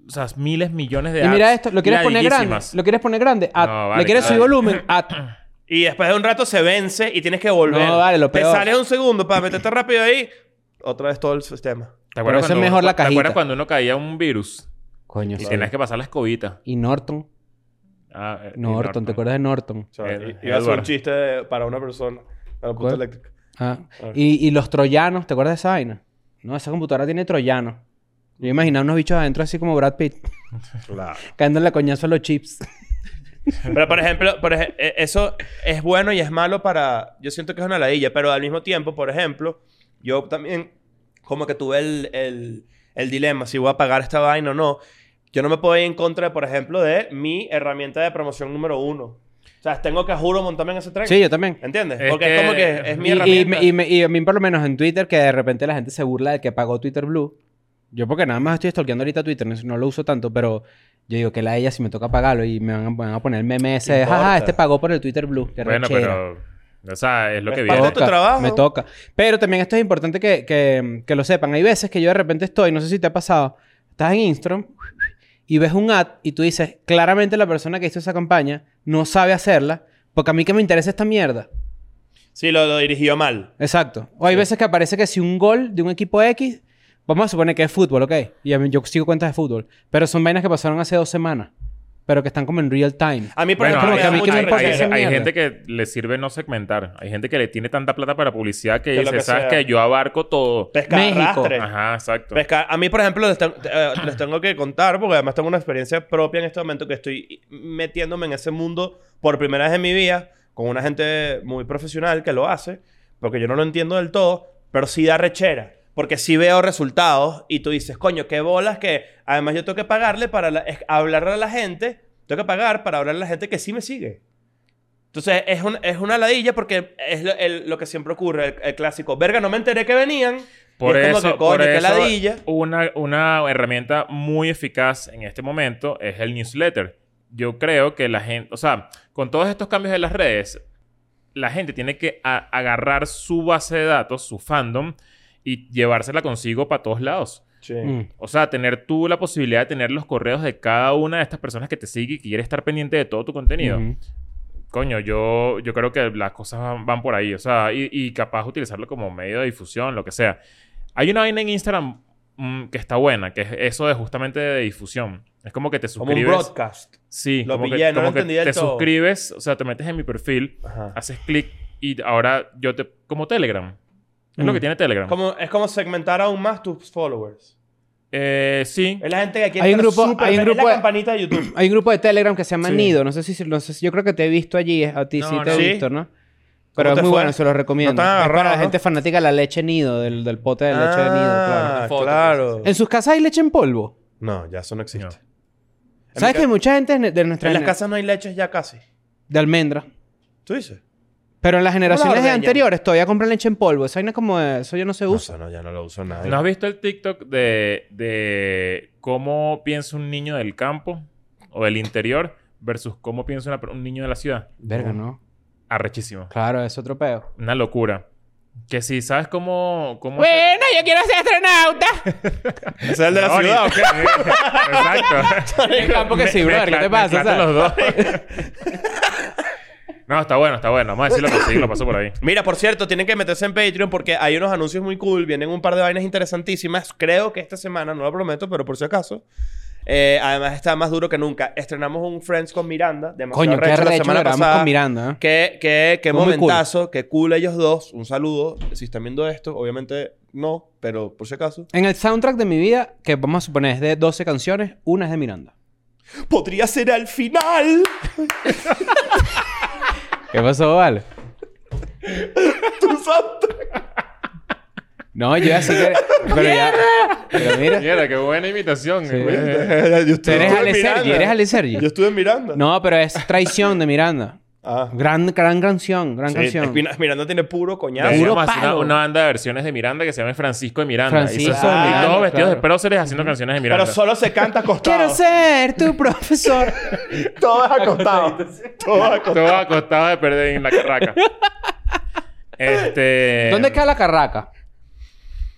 Speaker 3: o sea, miles, millones de
Speaker 1: y mira
Speaker 3: ads
Speaker 1: esto, lo quieres poner grande.
Speaker 3: larguísimas.
Speaker 1: Lo quieres poner grande. Ad.
Speaker 3: No, vale,
Speaker 1: Le quieres subir
Speaker 3: claro.
Speaker 1: volumen. ah, Ad.
Speaker 2: Y después de un rato se vence y tienes que volver.
Speaker 1: No, vale, lo
Speaker 2: Te
Speaker 1: peor.
Speaker 2: sales un segundo para meterte rápido ahí. Otra vez todo el sistema.
Speaker 3: ¿Te
Speaker 1: Por eso es
Speaker 3: cuando-
Speaker 1: mejor la
Speaker 3: ¿Te
Speaker 1: cajita.
Speaker 3: acuerdas cuando uno caía un virus
Speaker 1: Coño.
Speaker 3: y tenías que pasar la escobita?
Speaker 1: Y Norton.
Speaker 3: Ah, eh, y
Speaker 1: Norton, ¿te acuerdas de Norton?
Speaker 2: O sea,
Speaker 3: El-
Speaker 2: i- iba a ser
Speaker 3: Eduardo.
Speaker 2: un chiste de- para una persona. Para la
Speaker 1: ¿Cuál?
Speaker 2: puta eléctrica.
Speaker 1: Ah,
Speaker 2: Ah.
Speaker 1: Y, y los troyanos, ¿te acuerdas de esa vaina? No, esa computadora tiene troyanos. Yo imaginaba unos bichos adentro así como Brad Pitt,
Speaker 2: Claro.
Speaker 1: cayéndole coñazo a los chips.
Speaker 2: Pero, por ejemplo, por ej- eh, eso es bueno y es malo para... Yo siento que es una ladilla, pero al mismo tiempo, por ejemplo, yo también como que tuve el, el- el dilema si voy a pagar esta vaina o no. Yo no me puedo ir en contra, por ejemplo, de mi herramienta de promoción número uno. O sea, tengo que juro montarme en ese tren.
Speaker 1: Sí, yo también.
Speaker 2: ¿Entiendes?
Speaker 3: Es
Speaker 2: Porque
Speaker 3: que-
Speaker 2: es como que es
Speaker 1: Y,
Speaker 2: mi
Speaker 1: y,
Speaker 2: herramienta.
Speaker 1: me- y me- y a mí, por lo menos en Twitter, que de repente la gente se burla de que pagó Twitter Blue. Yo, porque nada más estoy stalkeando ahorita Twitter, no, no lo uso tanto, pero yo digo que la de ella si me toca pagarlo y me van a, me van a poner el meme ese de,
Speaker 2: importa?
Speaker 1: jaja, este pagó por el Twitter Blue. Qué
Speaker 3: Bueno,
Speaker 1: rechera".
Speaker 3: pero... O sea, es lo que
Speaker 2: Es
Speaker 3: viene.
Speaker 2: Todo tu trabajo.
Speaker 1: Me toca. Pero también esto es importante que, que- que lo sepan. Hay veces que yo de repente estoy, no sé si te ha pasado, estás en Instagram y ves un ad y tú dices, claramente la persona que hizo esa campaña no sabe hacerla porque a mí que me interesa esta mierda.
Speaker 2: Sí, lo, lo dirigió mal.
Speaker 1: Exacto. O hay veces que aparece que si un gol de un equipo X, vamos a suponer que es fútbol, ¿ok? Y a mí- yo sigo cuentas de fútbol. Pero son vainas que pasaron hace dos semanas, pero que están como en real time.
Speaker 2: A mí, por
Speaker 1: Bueno,
Speaker 2: ejemplo, me
Speaker 1: a
Speaker 2: da
Speaker 1: mí que
Speaker 2: mucha
Speaker 1: me importa
Speaker 3: hay,
Speaker 1: esa
Speaker 2: rechera.
Speaker 3: hay
Speaker 1: mierda.
Speaker 3: gente que le sirve no segmentar. Hay gente que le tiene tanta plata para publicidad que,
Speaker 2: Que lo
Speaker 3: dice,
Speaker 2: que
Speaker 3: ¿sabes
Speaker 2: sea".
Speaker 3: que Yo abarco todo.
Speaker 2: Pesca
Speaker 1: México.
Speaker 2: arrastre.
Speaker 3: Ajá, exacto.
Speaker 2: Pescar. Pues, A mí, por ejemplo, les, ten- eh, les tengo que contar, porque además tengo una experiencia propia en este momento que estoy metiéndome en ese mundo por primera vez en mi vida con una gente muy profesional que lo hace, porque yo no lo entiendo del todo, pero sí da rechera. Porque sí veo resultados y tú dices, coño, qué bolas que además yo tengo que pagarle para la- es- hablarle a la gente, tengo que pagar para hablarle a la gente que sí me sigue. Entonces es, un- es una ladilla porque es lo, el- lo que siempre ocurre, el, el clásico, verga, no me enteré que venían. Y
Speaker 3: Por
Speaker 2: es como
Speaker 3: eso,
Speaker 2: que, coño,
Speaker 3: por
Speaker 2: qué
Speaker 3: eso
Speaker 2: ladilla.
Speaker 3: Una, una herramienta muy eficaz en este momento es el newsletter. Yo creo que la gente, o sea, con todos estos cambios de las redes, la gente tiene que a- agarrar su base de datos, su fandom, y llevársela consigo para todos lados.
Speaker 2: Sí.
Speaker 1: Mm.
Speaker 3: O sea, tener tú la posibilidad de tener los correos de cada una de estas personas que te sigue y que quiere estar pendiente de todo tu contenido.
Speaker 1: Ujú.
Speaker 3: Coño, yo, yo creo que las cosas van, van por ahí. O sea, y, y capaz utilizarlo como medio de difusión, lo que sea. Hay una vaina en Instagram mm, que está buena, que es eso de justamente de difusión. Es como que te
Speaker 2: Como un
Speaker 3: suscribes.
Speaker 2: broadcast.
Speaker 3: sí,
Speaker 2: Lo
Speaker 3: como
Speaker 2: pillé,
Speaker 3: que,
Speaker 2: no lo
Speaker 3: como que
Speaker 2: entendí del
Speaker 3: te
Speaker 2: todo.
Speaker 3: suscribes, o sea, te metes en mi perfil,
Speaker 2: Ajá.
Speaker 3: haces clic y ahora yo te. Como Telegram. Es lo
Speaker 1: Mm.
Speaker 3: que tiene Telegram.
Speaker 2: Como, es como segmentar aún más tus followers.
Speaker 3: Eh, sí.
Speaker 2: Es la gente que quiere
Speaker 1: Hay un
Speaker 2: estar
Speaker 1: grupo-
Speaker 2: súper-
Speaker 1: hay un
Speaker 2: es
Speaker 1: grupo
Speaker 2: la
Speaker 1: de-
Speaker 2: campanita de YouTube.
Speaker 1: Hay un grupo de Telegram que se llama
Speaker 2: Sí.
Speaker 1: Nido. No sé si, no sé si- yo creo que te he visto allí. A ti
Speaker 4: No,
Speaker 1: sí te
Speaker 2: no.
Speaker 1: he
Speaker 2: ¿Sí?
Speaker 1: visto, ¿no? Pero es
Speaker 2: te
Speaker 1: muy
Speaker 2: fue?
Speaker 1: bueno, se los recomiendo.
Speaker 2: No están
Speaker 1: es para
Speaker 2: agarrados,
Speaker 1: la
Speaker 2: ¿no?
Speaker 1: gente fanática de la leche nido, del, del pote de leche de nido, claro.
Speaker 2: Ah,
Speaker 4: Fotos,
Speaker 2: claro.
Speaker 1: ¿En sus casas hay leche en polvo?
Speaker 2: No, ya eso no existe.
Speaker 3: No.
Speaker 1: ¿Sabes que mucha gente ne- de nuestra
Speaker 2: En las
Speaker 1: gener-
Speaker 2: casas no hay leches ya casi.
Speaker 1: De almendra.
Speaker 2: ¿Tú dices?
Speaker 1: Pero en las generaciones de
Speaker 2: ordeñan?
Speaker 1: anteriores todavía compran leche en polvo. Esa vaina es como... de- Eso yo no se
Speaker 2: No,
Speaker 1: usa.
Speaker 2: eso no, ya no lo uso nadie.
Speaker 3: ¿No has visto el TikTok de, de cómo piensa un niño del campo o del interior versus cómo piensa una per- un niño de la ciudad?
Speaker 1: Verga, ¿no?
Speaker 3: Arrechísimo.
Speaker 1: Claro, es otro peo.
Speaker 3: Una locura. Que si sabes cómo... cómo
Speaker 1: Bueno, yo quiero ser astronauta.
Speaker 2: ¿Ese es el de la
Speaker 3: No, ni-
Speaker 2: ciudad o qué?
Speaker 3: Exacto.
Speaker 1: En el campo que sí, brother. ¿Qué
Speaker 3: Mezcla-
Speaker 1: te pasa?
Speaker 3: mezclaste
Speaker 1: sabes?
Speaker 3: los dos. no, está bueno, está bueno. Vamos a decirlo que sí, lo pasó por ahí.
Speaker 2: Mira, por cierto, tienen que meterse en Patreon porque hay unos anuncios muy cool, vienen un par de vainas interesantísimas. Creo que esta semana, no lo prometo, pero por si acaso. Eh, además está más duro que nunca. Estrenamos un Friends con Miranda, demasiado
Speaker 1: Coño, qué
Speaker 2: arrecho, la
Speaker 1: arrecho
Speaker 2: semana
Speaker 1: grabamos
Speaker 2: pasada.
Speaker 1: con Miranda, ¿eh?
Speaker 2: Qué, qué, qué
Speaker 1: Fue muy cool.
Speaker 2: momentazo, qué cool ellos dos. Un saludo. Si están viendo esto, obviamente no, pero por si acaso.
Speaker 1: En el soundtrack de mi vida, que vamos a suponer es de 12 canciones, una es de Miranda.
Speaker 2: Podría ser al final.
Speaker 1: ¿Qué pasó, Vale?
Speaker 2: Tu soundtrack.
Speaker 1: No, yo así que... Pero ya... Pero mira...
Speaker 3: Mira, qué buena imitación. güey.
Speaker 2: Yo
Speaker 1: Tú
Speaker 2: estuve-
Speaker 1: eres
Speaker 2: estuve
Speaker 1: Ale Sergi,
Speaker 2: en Miranda.
Speaker 1: eres Ale Sergi.
Speaker 2: Yo estuve en Miranda.
Speaker 1: No, pero es Traición de Miranda.
Speaker 2: Ah.
Speaker 1: Gran, gran canción, gran
Speaker 2: Sí,
Speaker 1: canción.
Speaker 2: Espina- Miranda tiene puro coñazo.
Speaker 3: Deberíamos
Speaker 1: Puro
Speaker 3: hacer una,
Speaker 1: palo.
Speaker 3: una banda de versiones de Miranda que se llama Francisco de Miranda.
Speaker 1: Francisco
Speaker 3: y, son-
Speaker 1: de
Speaker 3: y
Speaker 2: Miranda,
Speaker 3: todos vestidos
Speaker 1: claro.
Speaker 3: de próceres haciendo canciones de Miranda.
Speaker 2: Pero solo se canta acostado.
Speaker 1: Quiero ser tu profesor.
Speaker 2: Todo es acostado. Todo es acostado.
Speaker 3: Todo acostado de perder en la carraca. este...
Speaker 1: ¿Dónde queda la carraca?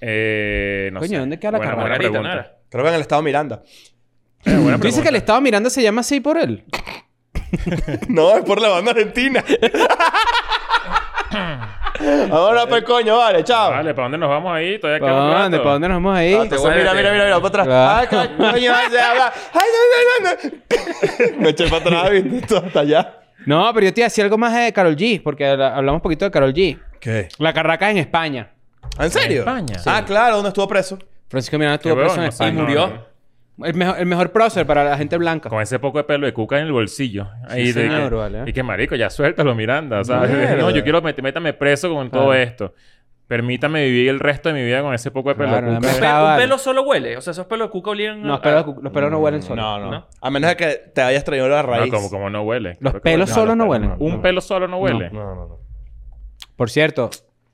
Speaker 3: Eh, no
Speaker 1: Coño,
Speaker 3: sé.
Speaker 1: ¿dónde queda la
Speaker 3: Buena-
Speaker 1: carraca?
Speaker 3: buena
Speaker 4: Margarita,
Speaker 3: pregunta.
Speaker 4: Nara.
Speaker 2: Creo que en el estado Miranda.
Speaker 3: Eh, buena
Speaker 1: Tú dices que el
Speaker 3: pregunta.
Speaker 1: Estado Miranda se llama así por él.
Speaker 2: No, es por la banda argentina. Ahora pues coño, vale, chao.
Speaker 1: Ah,
Speaker 3: Vale, ¿para dónde nos vamos ahí? Todavía queda un
Speaker 1: ¿Para dónde?
Speaker 3: rato.
Speaker 1: ¿Para dónde nos vamos ahí?
Speaker 2: Ah, te- mira, mira, mira, mira, para atrás.
Speaker 1: Claro.
Speaker 2: Ay, coño, se habla. Ay, no, no, no, no. Me eché para atrás, viste, todo hasta allá.
Speaker 1: No, pero yo te iba a decir algo más de Carol G, porque la- hablamos un poquito de Carol G.
Speaker 2: ¿Qué?
Speaker 1: La carraca en España.
Speaker 2: ¿En serio?
Speaker 3: España?
Speaker 2: Ah, claro, donde estuvo preso.
Speaker 1: Francisco Miranda
Speaker 3: Qué
Speaker 1: estuvo preso
Speaker 3: huevón,
Speaker 1: en
Speaker 3: no
Speaker 1: España.
Speaker 3: sé, no,
Speaker 4: murió.
Speaker 3: no.
Speaker 1: El mejor, el mejor prócer para la gente blanca.
Speaker 3: Con ese poco de pelo de cuca en el bolsillo. Ahí de
Speaker 1: señor,
Speaker 3: que-
Speaker 1: vale.
Speaker 3: Y que marico, ya suéltalo, Miranda. ¿sabes?
Speaker 2: Mierda.
Speaker 3: No, yo quiero met- métame preso con todo
Speaker 1: Claro.
Speaker 3: esto. Permítame vivir el resto de mi vida con ese poco de pelo
Speaker 1: Claro,
Speaker 3: de
Speaker 1: no me-
Speaker 3: cuca.
Speaker 4: Pe-
Speaker 1: Ah,
Speaker 4: Un
Speaker 1: vale.
Speaker 4: pelo solo huele. O sea, esos pelos de cuca olían...
Speaker 1: No,
Speaker 4: a-
Speaker 1: los pelos, los pelos no huelen solo.
Speaker 4: ¿No?
Speaker 2: A menos de que te hayas traído la raíz.
Speaker 3: No, como, como no huele.
Speaker 1: Los
Speaker 3: Creo que
Speaker 1: pelos
Speaker 3: huele.
Speaker 1: solo
Speaker 2: los
Speaker 1: no
Speaker 2: pelos
Speaker 1: huelen.
Speaker 2: no.
Speaker 3: Un pelo solo no huele.
Speaker 2: No, no, no.
Speaker 1: Por cierto,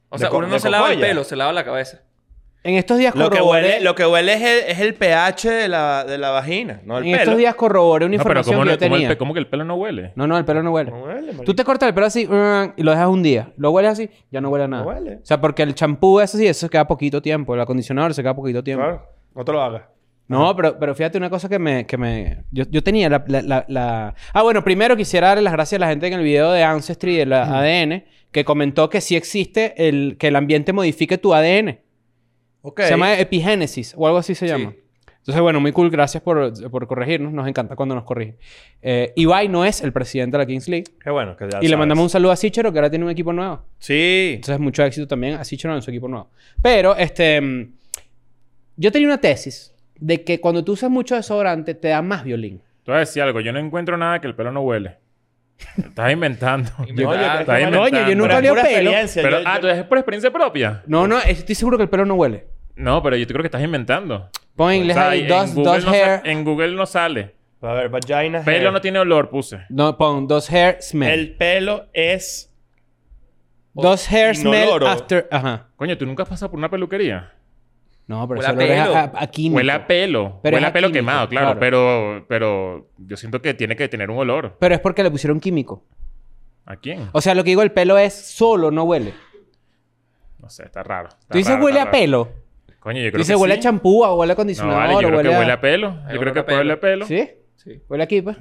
Speaker 4: O sea,
Speaker 2: De co-
Speaker 4: uno
Speaker 2: de
Speaker 4: no se lava el
Speaker 2: cocoya.
Speaker 4: pelo, se lava la cabeza.
Speaker 1: en estos días
Speaker 2: Lo que
Speaker 1: corroboré-
Speaker 2: huele, lo que huele es, el, es el pH de la, de la vagina, no el
Speaker 1: En
Speaker 2: pelo.
Speaker 1: estos días corroboré una
Speaker 3: No, pero
Speaker 1: información
Speaker 3: ¿cómo,
Speaker 1: que
Speaker 3: no-
Speaker 1: yo
Speaker 3: cómo el
Speaker 1: tenía.
Speaker 3: pe- cómo que el pelo no huele?
Speaker 1: No, no, el pelo no huele.
Speaker 2: No huele, marico.
Speaker 1: Tú te cortas el pelo así mm, y lo dejas un día. Lo hueles así, ya no huele a nada.
Speaker 2: No huele.
Speaker 1: O sea, porque el champú eso sí, eso se queda poquito tiempo. El acondicionador se queda poquito tiempo.
Speaker 2: Claro, no te lo hagas.
Speaker 1: No, pero, pero fíjate una cosa que me... Que me yo, yo tenía la, la- la- la- Ah, bueno, primero quisiera darle las gracias a la gente en el video de Ancestry de la ADN que comentó que sí existe el... que el ambiente modifique tu ADN.
Speaker 2: Ok.
Speaker 1: Se llama E. epigénesis o algo así se llama. Entonces, bueno, muy cool. Gracias por, por corregirnos. Nos encanta cuando nos corrigen. Eh, Ibai no es el presidente de la Kings League.
Speaker 2: Qué bueno que ya
Speaker 1: y le
Speaker 2: sabes.
Speaker 1: mandamos un saludo a Sichero, que ahora tiene un equipo nuevo.
Speaker 2: Sí.
Speaker 1: Entonces, mucho éxito también a Sichero en su equipo nuevo. Pero, este... mm, Yo tenía una tesis de que cuando tú usas mucho desodorante, te da más violín.
Speaker 3: Tú vas a decir algo. Yo no encuentro nada que el pelo no huele. Estás inventando.
Speaker 4: Inventando.
Speaker 2: Oye,
Speaker 4: Ah,
Speaker 2: que-
Speaker 3: Estás
Speaker 2: que-
Speaker 3: inventando.
Speaker 1: Coño, yo nunca
Speaker 2: Pero
Speaker 1: olía
Speaker 2: pura
Speaker 1: pelo.
Speaker 2: experiencia,
Speaker 3: Pero,
Speaker 2: yo-
Speaker 3: ah,
Speaker 2: yo-
Speaker 3: ¿tú es por experiencia propia?
Speaker 1: No, no, estoy seguro que el pelo no huele.
Speaker 3: No, pero yo creo que estás inventando.
Speaker 1: Pon en inglés
Speaker 3: O sea,
Speaker 1: ahí,
Speaker 3: en
Speaker 1: dos,
Speaker 3: Google
Speaker 1: dos
Speaker 3: no sa-
Speaker 1: hair...
Speaker 3: en Google no sale.
Speaker 2: A ver, vagina.
Speaker 3: Pelo
Speaker 2: hair.
Speaker 3: no tiene olor, puse.
Speaker 1: No, pon dos hair smell.
Speaker 2: El pelo es.
Speaker 1: Dos hair smell
Speaker 2: Inoloro.
Speaker 1: after... Ajá.
Speaker 3: Coño, ¿tú nunca has pasado por una peluquería?
Speaker 1: No, pero
Speaker 4: Huele a
Speaker 1: eso lo deja
Speaker 4: pelo.
Speaker 1: a, a químico.
Speaker 3: Huele a pelo.
Speaker 1: Pero
Speaker 3: Huele
Speaker 1: es
Speaker 3: a pelo
Speaker 1: químico,
Speaker 3: quemado, claro.
Speaker 1: claro.
Speaker 3: Pero, pero yo siento que tiene que tener un olor.
Speaker 1: Pero es porque le pusieron químico.
Speaker 3: ¿A quién?
Speaker 1: O sea, lo que digo, el pelo es solo, no huele.
Speaker 3: No sé, está raro. Está
Speaker 1: Tú dices
Speaker 3: raro,
Speaker 1: huele
Speaker 3: está
Speaker 1: a
Speaker 3: raro.
Speaker 1: pelo.
Speaker 3: Coño, yo creo
Speaker 1: Tú
Speaker 3: que
Speaker 1: dices huele
Speaker 3: sí.
Speaker 1: a champú, o huele a
Speaker 3: No,
Speaker 1: acondicionador,
Speaker 3: vale, yo
Speaker 1: o
Speaker 3: creo
Speaker 1: huele
Speaker 3: que
Speaker 1: a...
Speaker 3: huele a pelo. Yo creo
Speaker 4: olor
Speaker 3: que
Speaker 4: a pelo.
Speaker 3: huele a pelo.
Speaker 1: ¿Sí?
Speaker 4: Sí.
Speaker 1: Huele aquí, pues.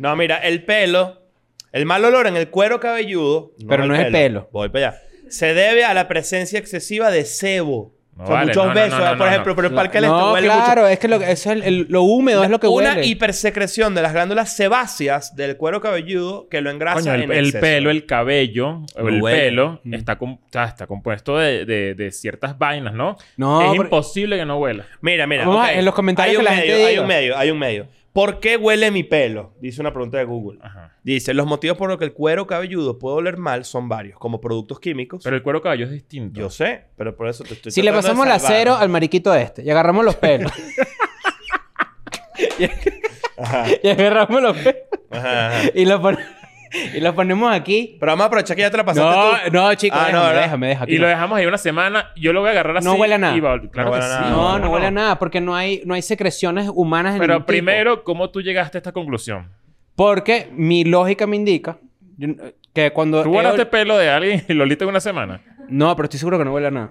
Speaker 2: No, mira, el pelo. El mal olor en el cuero cabelludo.
Speaker 1: Pero no es el pelo.
Speaker 2: Voy para allá. Se debe a la presencia excesiva de sebo.
Speaker 3: No
Speaker 2: o sea,
Speaker 3: vale,
Speaker 2: muchos
Speaker 3: no, no,
Speaker 2: besos,
Speaker 3: no, no,
Speaker 2: por
Speaker 3: no.
Speaker 2: ejemplo, pero el parque del este
Speaker 1: no,
Speaker 2: huele mucho.
Speaker 1: claro. Es que lo, eso es el- el- lo húmedo es lo que huele.
Speaker 2: una hipersecreción de las glándulas sebáceas del cuero cabelludo que lo engrasa
Speaker 3: Coño, el,
Speaker 2: en
Speaker 3: el
Speaker 2: exceso.
Speaker 3: pelo, el cabello, el
Speaker 2: Huele.
Speaker 3: pelo
Speaker 1: Mm.
Speaker 3: está, com- o sea, está compuesto de, de- de ciertas vainas, ¿no?
Speaker 1: No,
Speaker 3: es
Speaker 1: pero-
Speaker 3: imposible que no huela.
Speaker 2: Mira, mira.
Speaker 1: Vamos a-
Speaker 2: ok.
Speaker 1: en los comentarios
Speaker 2: hay un
Speaker 1: que la gente
Speaker 2: medio, Hay
Speaker 1: diga.
Speaker 2: un medio, hay un medio. ¿Por qué huele mi pelo? Dice una pregunta de Google.
Speaker 3: Ajá.
Speaker 2: Dice, los motivos por los que el cuero cabelludo puede oler mal son varios, como productos químicos.
Speaker 3: Pero el cuero cabello es distinto.
Speaker 2: Yo sé, pero por eso te estoy
Speaker 1: Si le
Speaker 2: tratando
Speaker 1: pasamos
Speaker 2: de
Speaker 1: la
Speaker 2: salvar.
Speaker 1: cero al mariquito este y agarramos los pelos.
Speaker 2: Ajá,
Speaker 1: y agarramos los pelos
Speaker 2: ajá, ajá.
Speaker 1: y los, pon- y los ponemos aquí.
Speaker 2: Pero vamos a aprovechar que ya te la
Speaker 1: No,
Speaker 2: pasaste tú.
Speaker 1: no, chico,
Speaker 2: Ah, no,
Speaker 1: déjame,
Speaker 2: ¿verdad?
Speaker 1: déjame, déjame.
Speaker 3: Y
Speaker 1: aquí
Speaker 3: lo
Speaker 1: no.
Speaker 3: dejamos ahí una semana. Yo lo voy a agarrar así.
Speaker 1: No huele a nada.
Speaker 3: y va-
Speaker 2: No
Speaker 3: claro que
Speaker 2: huele a
Speaker 3: sí.
Speaker 2: nada.
Speaker 1: No, no huele a nada porque no hay, no hay secreciones humanas en ningún
Speaker 3: Pero
Speaker 1: tipo.
Speaker 3: primero, ¿cómo tú llegaste a esta conclusión?
Speaker 1: Porque mi lógica me indica yo- que cuando...
Speaker 3: ¿Tú
Speaker 1: he
Speaker 3: guardaste
Speaker 1: ol-
Speaker 3: pelo de alguien y lo oliste en una semana?
Speaker 1: No, pero estoy seguro que no huele a nada.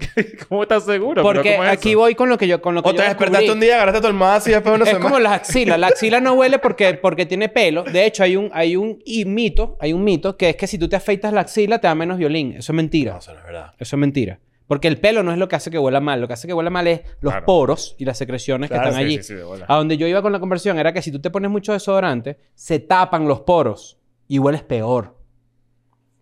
Speaker 3: ¿Cómo estás seguro? ¿Pero
Speaker 1: Porque
Speaker 3: cómo es
Speaker 1: aquí
Speaker 3: eso?
Speaker 1: voy con lo que yo con lo que
Speaker 2: O te
Speaker 1: yo
Speaker 2: despertaste
Speaker 1: descubrí.
Speaker 2: un día, agarraste tu almohada y después una
Speaker 1: es
Speaker 2: semana.
Speaker 1: como las axilas. La axila no huele porque, porque tiene pelo. De hecho, hay un, hay un y mito, hay un mito que es que si tú te afeitas la axila te da menos violín. Eso es mentira.
Speaker 2: No, eso no es verdad.
Speaker 1: Eso es mentira. Porque el pelo no es lo que hace que huela mal. Lo que hace que huela mal es los
Speaker 3: Claro.
Speaker 1: poros y las secreciones
Speaker 2: Claro,
Speaker 1: que están
Speaker 3: sí,
Speaker 1: allí. Ah,
Speaker 3: sí, sí, de bola.
Speaker 1: A donde yo iba con la conversión era que si tú te pones mucho desodorante, se tapan los poros y hueles peor.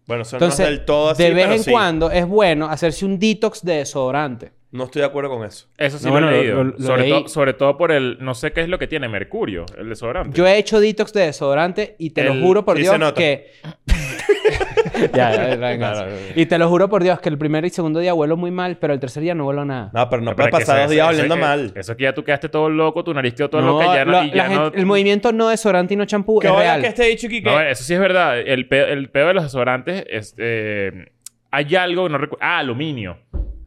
Speaker 2: Bueno, eso no
Speaker 1: Entonces,
Speaker 2: es del todo así,
Speaker 1: de vez
Speaker 2: pero
Speaker 1: en
Speaker 2: sí.
Speaker 1: cuando es bueno hacerse un detox de desodorante.
Speaker 2: No estoy de acuerdo con eso.
Speaker 3: Eso sí
Speaker 1: No,
Speaker 3: lo
Speaker 1: bueno,
Speaker 3: he
Speaker 1: lo-
Speaker 3: leído.
Speaker 1: lo- lo
Speaker 3: sobre,
Speaker 1: leí.
Speaker 3: todo- sobre todo por el... No sé qué es lo que tiene. Mercurio. El desodorante.
Speaker 1: Yo he hecho detox de desodorante y te
Speaker 2: El-
Speaker 1: lo juro por
Speaker 2: sí se
Speaker 1: Dios
Speaker 2: nota.
Speaker 1: que... Ya, ya, ya, venga. Y te lo juro por Dios que el primer y segundo día huelo muy mal, pero el tercer día no huelo a nada.
Speaker 2: No, pero no
Speaker 3: Pero
Speaker 2: puedes
Speaker 3: es que eso-
Speaker 2: pasar dos
Speaker 3: eso-
Speaker 2: días
Speaker 3: eso
Speaker 2: oliendo
Speaker 3: es que-
Speaker 2: mal.
Speaker 3: Eso es que ya tú quedaste todo loco, tu nariz quedó todo
Speaker 1: No,
Speaker 3: loca, ya no,
Speaker 1: lo-
Speaker 3: y ya
Speaker 1: la
Speaker 3: no-
Speaker 1: gente- El movimiento no desodorante y no champú
Speaker 2: Que
Speaker 1: es
Speaker 2: vaya
Speaker 1: real.
Speaker 2: que este dicho aquí que...
Speaker 3: No, eh, eso sí es verdad. El pedo, el pedo de los desodorantes es... eh, hay algo, no recuerdo... Ah, aluminio.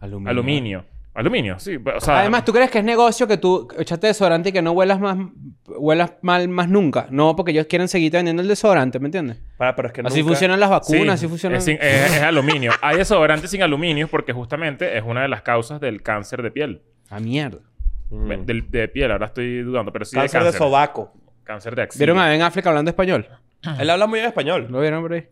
Speaker 1: Aluminio.
Speaker 3: Aluminio. Aluminio, sí. O sea,
Speaker 1: Además, ¿tú crees que es negocio que tú echaste desodorante y que no huelas más huelas mal más nunca? No, porque ellos quieren seguirte vendiendo el desodorante, ¿me entiendes?
Speaker 2: Para, pero es que
Speaker 1: Así
Speaker 2: nunca-
Speaker 1: funcionan las vacunas,
Speaker 3: Sí,
Speaker 1: así funcionan.
Speaker 3: Es, sin- es- es aluminio. Hay desodorantes sin aluminio porque justamente es una de las causas del cáncer de piel.
Speaker 1: A Ah, mierda.
Speaker 2: Mm.
Speaker 3: Del- De, piel, ahora estoy dudando, pero sí
Speaker 2: Cáncer
Speaker 3: de
Speaker 2: de
Speaker 3: cáncer.
Speaker 2: sobaco.
Speaker 3: cáncer de axila.
Speaker 1: ¿Vieron a Ben Affleck hablando español?
Speaker 2: Él habla muy bien español.
Speaker 1: ¿Lo vieron por ahí?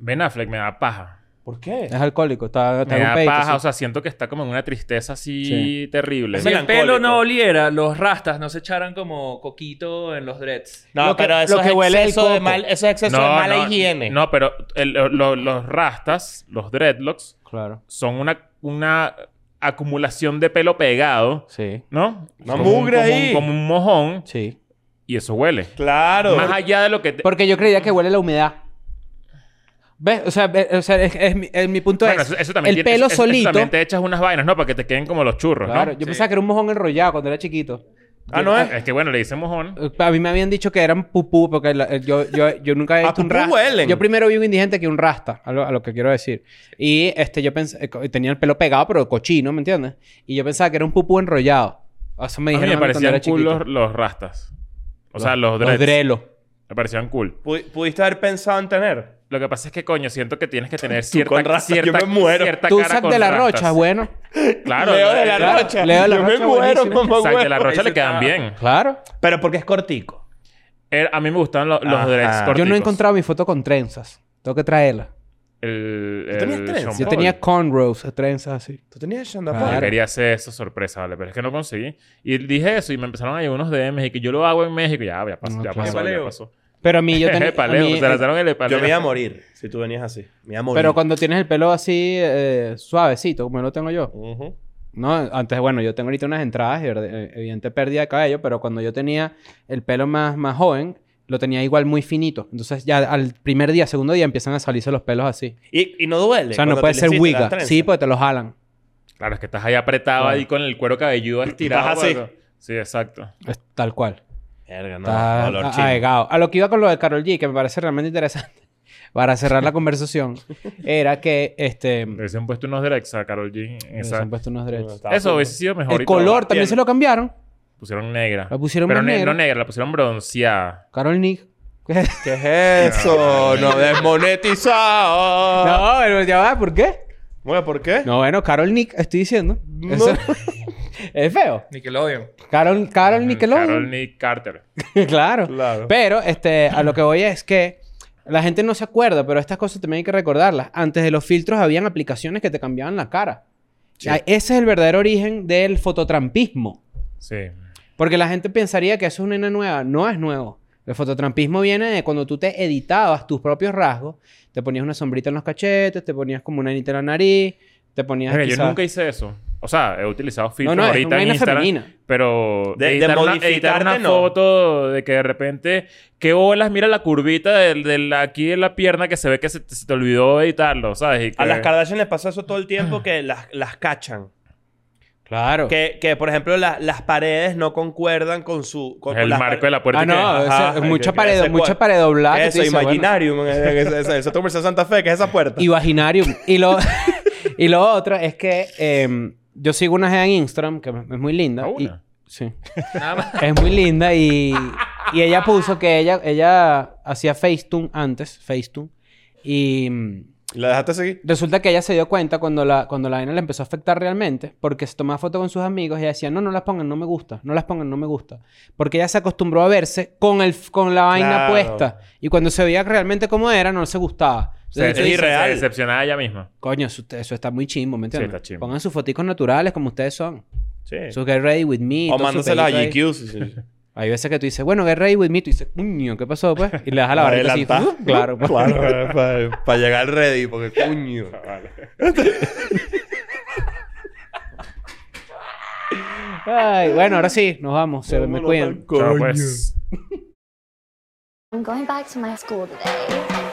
Speaker 3: Ben Affleck me da paja.
Speaker 2: ¿Por qué?
Speaker 1: Es alcohólico, está, está
Speaker 3: Me
Speaker 1: en un
Speaker 3: da
Speaker 1: peito,
Speaker 3: paja.
Speaker 1: sí.
Speaker 3: O sea, siento que está como en una tristeza así
Speaker 1: Sí.
Speaker 3: terrible.
Speaker 2: Es
Speaker 4: Si el
Speaker 2: melancólico.
Speaker 4: pelo no oliera, los rastas no se echaran como coquito en los dreads.
Speaker 2: No,
Speaker 1: Lo que-
Speaker 2: pero eso
Speaker 1: lo que
Speaker 2: es
Speaker 1: huele el
Speaker 2: exceso de
Speaker 1: coco.
Speaker 2: mal, eso es exceso de mala
Speaker 3: no,
Speaker 2: higiene.
Speaker 3: No, pero el- lo- los rastas, los dreadlocks,
Speaker 1: Claro.
Speaker 3: son una, una acumulación de pelo pegado,
Speaker 1: Sí.
Speaker 3: ¿no?
Speaker 2: Una
Speaker 3: Como un-
Speaker 2: mugre
Speaker 3: como un-
Speaker 2: ahí.
Speaker 3: como un mojón.
Speaker 1: Sí.
Speaker 3: Y eso huele.
Speaker 2: Claro.
Speaker 3: Más allá de lo que... te-
Speaker 1: Porque yo creía que huele la humedad. ¿Ves? O sea, ve- o sea, es, es mi, es mi punto
Speaker 3: Bueno,
Speaker 1: es...
Speaker 3: eso, eso
Speaker 1: el
Speaker 3: también tiene-
Speaker 1: pelo
Speaker 3: eso- eso
Speaker 1: solito...
Speaker 3: también te echas unas vainas, ¿no? Para que te queden como los churros,
Speaker 1: Claro,
Speaker 3: ¿no?
Speaker 1: yo pensaba que era un mojón enrollado cuando era chiquito.
Speaker 2: ah, no es.
Speaker 3: Es que bueno, le hice mojón.
Speaker 1: Eh, A mí me habían dicho que eran pupú, porque la- eh, yo, yo, yo nunca
Speaker 3: Ah,
Speaker 1: había
Speaker 2: A
Speaker 1: visto un
Speaker 2: pupú
Speaker 1: rasta.
Speaker 2: huelen.
Speaker 1: Yo primero vi un indigente que un rasta, a lo, a lo que quiero decir. Y este, yo pensé, eh, co- tenía el pelo pegado, pero cochino, ¿me entiendes? Y yo pensaba que era un pupú enrollado. Eso me
Speaker 3: A mí
Speaker 1: dijeron
Speaker 3: me
Speaker 1: a mí cuando
Speaker 3: parecían
Speaker 1: era
Speaker 3: cool
Speaker 1: chiquito.
Speaker 3: los, los rastas. O sea, los
Speaker 1: Los
Speaker 3: dreads.
Speaker 1: drelos.
Speaker 3: Me parecían cool.
Speaker 2: Pu- ¿Pudiste haber pensado en tener?
Speaker 3: Lo que pasa es que, coño, siento que tienes que tener cierta...
Speaker 2: con rastas, yo
Speaker 3: cierta,
Speaker 2: me muero.
Speaker 3: cierta
Speaker 1: Tú,
Speaker 3: cara
Speaker 1: Zac
Speaker 3: con
Speaker 1: de la
Speaker 3: rastas.
Speaker 1: Rocha, bueno.
Speaker 3: Claro.
Speaker 2: Leo de la
Speaker 3: claro.
Speaker 2: Rocha. Ah.
Speaker 1: Leo de la
Speaker 2: Yo
Speaker 1: Rocha,
Speaker 2: me muero,
Speaker 1: buenísimo.
Speaker 2: mamá,
Speaker 3: Zac de la
Speaker 2: huevo.
Speaker 3: Rocha le
Speaker 4: Ese
Speaker 3: quedan
Speaker 4: está-
Speaker 3: bien.
Speaker 1: Claro.
Speaker 2: Pero porque es cortico.
Speaker 3: Era- a mí me gustaban lo- los
Speaker 2: Ajá.
Speaker 3: dreads
Speaker 2: Ah. Yo
Speaker 3: corticos.
Speaker 1: Yo no he encontrado mi foto con trenzas. Tengo que traerla.
Speaker 3: El,
Speaker 2: ¿Tú tenías
Speaker 3: el
Speaker 2: trenzas?
Speaker 3: Sean
Speaker 1: Yo
Speaker 3: Paul.
Speaker 1: tenía cornrows, trenzas así.
Speaker 2: ¿Tú tenías pues. Shonda
Speaker 1: Claro.
Speaker 3: Yo
Speaker 2: Paul?
Speaker 3: quería hacer eso sorpresa, vale, pero es que no conseguí. Y dije eso y me empezaron a llegar unos DMs y que yo lo hago en México. Ya, ya pasó,
Speaker 1: No,
Speaker 3: ya
Speaker 1: claro.
Speaker 3: pasó, ya
Speaker 4: Epaleo.
Speaker 3: pasó.
Speaker 1: Pero a mí yo tenía... a
Speaker 3: Epaleo,
Speaker 1: mí,
Speaker 3: se
Speaker 1: eh,
Speaker 3: lanzaron el
Speaker 2: Yo
Speaker 3: epaleo.
Speaker 2: me iba a morir si tú venías así. Me iba a morir.
Speaker 1: pero cuando tienes el pelo así eh, suavecito, como lo tengo yo.
Speaker 2: Ujú.
Speaker 1: No, antes, bueno, yo tengo ahorita unas entradas y verde- eh, evidente pérdida de cabello, pero cuando yo tenía el pelo más, más joven, lo tenía igual muy finito. Entonces ya al primer día, segundo día empiezan a salirse los pelos así.
Speaker 2: y, y no duele.
Speaker 1: O sea, no
Speaker 2: cuando
Speaker 1: puede
Speaker 2: te
Speaker 1: ser
Speaker 2: hiciste las
Speaker 1: wiga.
Speaker 2: trenzas?
Speaker 1: Sí, pues. porque te los jalan.
Speaker 3: Claro, es que estás ahí apretado
Speaker 1: Ah.
Speaker 3: ahí con el cuero cabelludo estirado.
Speaker 2: Estás así.
Speaker 3: bueno. Sí, exacto.
Speaker 1: Es tal cual.
Speaker 2: Verga, no.
Speaker 1: Está
Speaker 2: dolor
Speaker 1: a-
Speaker 2: chimbo.
Speaker 1: aegado. A lo que iba con lo de Carol G, que me parece realmente interesante, para cerrar la conversación, era que este...
Speaker 3: Le hubiesen puesto unos dreads a Carol G. en
Speaker 1: se
Speaker 3: esa-
Speaker 1: han puesto unos dreads.
Speaker 2: Está
Speaker 3: Eso
Speaker 2: full.
Speaker 3: hubiese sido mejor.
Speaker 1: El
Speaker 3: y todo.
Speaker 1: color también
Speaker 2: Bien.
Speaker 1: se lo cambiaron.
Speaker 3: Pusieron negra.
Speaker 1: La pusieron
Speaker 3: Pero
Speaker 1: más
Speaker 3: ne-
Speaker 1: negra.
Speaker 3: no negra, la pusieron bronceada.
Speaker 1: Carol Nick.
Speaker 2: ¿Qué es eso? no desmonetizado.
Speaker 1: No, pero ya va, "Ah, ¿por qué?
Speaker 2: Bueno, ¿por qué?
Speaker 1: No, bueno, Carol Nick, estoy diciendo.
Speaker 2: No.
Speaker 1: Eso- es feo.
Speaker 4: Nickelodeon.
Speaker 1: Carol, Carol
Speaker 3: Carol
Speaker 1: Nickelodeon.
Speaker 3: Nick Carter.
Speaker 1: claro.
Speaker 2: Claro.
Speaker 1: Pero este, a lo que voy es que la gente no se acuerda, pero estas cosas también hay que recordarlas. Antes de los filtros habían aplicaciones que te cambiaban la cara. Ah, Ese es el verdadero origen del fototrampismo.
Speaker 3: Sí.
Speaker 1: Porque la gente pensaría que eso es una nena nueva. No es nuevo. El fototrampismo viene de cuando tú te editabas tus propios rasgos. Te ponías una sombrita en los cachetes, te ponías como una anita en la nariz, te ponías
Speaker 3: Mira, yo
Speaker 1: quizás-
Speaker 3: nunca hice eso. O sea, he utilizado
Speaker 1: No,
Speaker 3: filtros
Speaker 1: no, es
Speaker 3: ahorita
Speaker 1: una
Speaker 3: en
Speaker 1: vaina
Speaker 3: Instagram.
Speaker 1: femenina.
Speaker 3: Pero
Speaker 2: De- de
Speaker 3: editar, una,
Speaker 2: modificarte,
Speaker 3: editar una
Speaker 2: no.
Speaker 3: foto de que de repente... ¿Qué olas? Mira la curvita del, del- aquí de la pierna que se ve que se, te- se te olvidó editarlo, ¿sabes? Y que-
Speaker 2: A las Kardashian les pasa eso todo el tiempo que las, las cachan.
Speaker 1: Claro. Ah,
Speaker 2: Que, que, por ejemplo, la- las paredes no concuerdan con su... Con, con
Speaker 3: El
Speaker 2: las-
Speaker 3: marco de la puerta.
Speaker 1: Ah,
Speaker 3: que-
Speaker 1: no,
Speaker 2: Ajá,
Speaker 1: o sea,
Speaker 2: hay
Speaker 1: mucha
Speaker 2: que-
Speaker 1: pared,
Speaker 2: ese
Speaker 1: mucha
Speaker 2: cuadro.
Speaker 1: pared doblada. que tú
Speaker 2: Eso,
Speaker 1: dices, bueno,
Speaker 2: Imaginarium. eh, en- en- en- en- Eso te conversó Santa Fe, que es esa puerta.
Speaker 1: Y vaginarium. Y lo, y lo otro es que em, yo sigo una gea en Instagram que es muy linda.
Speaker 3: ¿A
Speaker 1: y-
Speaker 3: una?
Speaker 1: sí.
Speaker 4: Nada más.
Speaker 1: Es muy linda y, y ella puso que ella, ella hacía Facetune antes, Facetune. Y mm,
Speaker 2: ¿La dejaste seguir?
Speaker 1: resulta que ella se dio cuenta cuando la, cuando la vaina le empezó a afectar realmente, porque se tomaba fotos con sus amigos y ella decía, no, no las pongan, no me gusta, no las pongan, no me gusta. Porque ella se acostumbró a verse con, el, con la vaina
Speaker 2: Claro.
Speaker 1: puesta. Y cuando se veía realmente cómo era, no se gustaba.
Speaker 3: Se,
Speaker 1: Entonces,
Speaker 2: es
Speaker 1: tú dices,
Speaker 2: irreal.
Speaker 3: se decepcionaba ella misma.
Speaker 1: Coño, eso, eso está muy chimbo, ¿me entiendes?
Speaker 3: está chimbo.
Speaker 1: Pongan sus foticos naturales como ustedes son.
Speaker 2: Sí.
Speaker 1: Sus Get Ready With Me.
Speaker 2: O
Speaker 1: todo su
Speaker 2: mándasela a
Speaker 1: pelito ahí.
Speaker 2: GQ. sí, sí.
Speaker 1: Hay veces que tú dices, bueno, Get Ready With Me. Tú dices, coño, ¿qué pasó, pues? Y le das a la barrita así.
Speaker 2: Adelantá.
Speaker 1: "Uh", claro. pues.
Speaker 2: Claro, para llegar ready, porque coño.
Speaker 1: Ay, bueno, ahora sí, nos vamos. Se me cuidan.
Speaker 3: Chao, pues.
Speaker 5: I'm going back to my school today.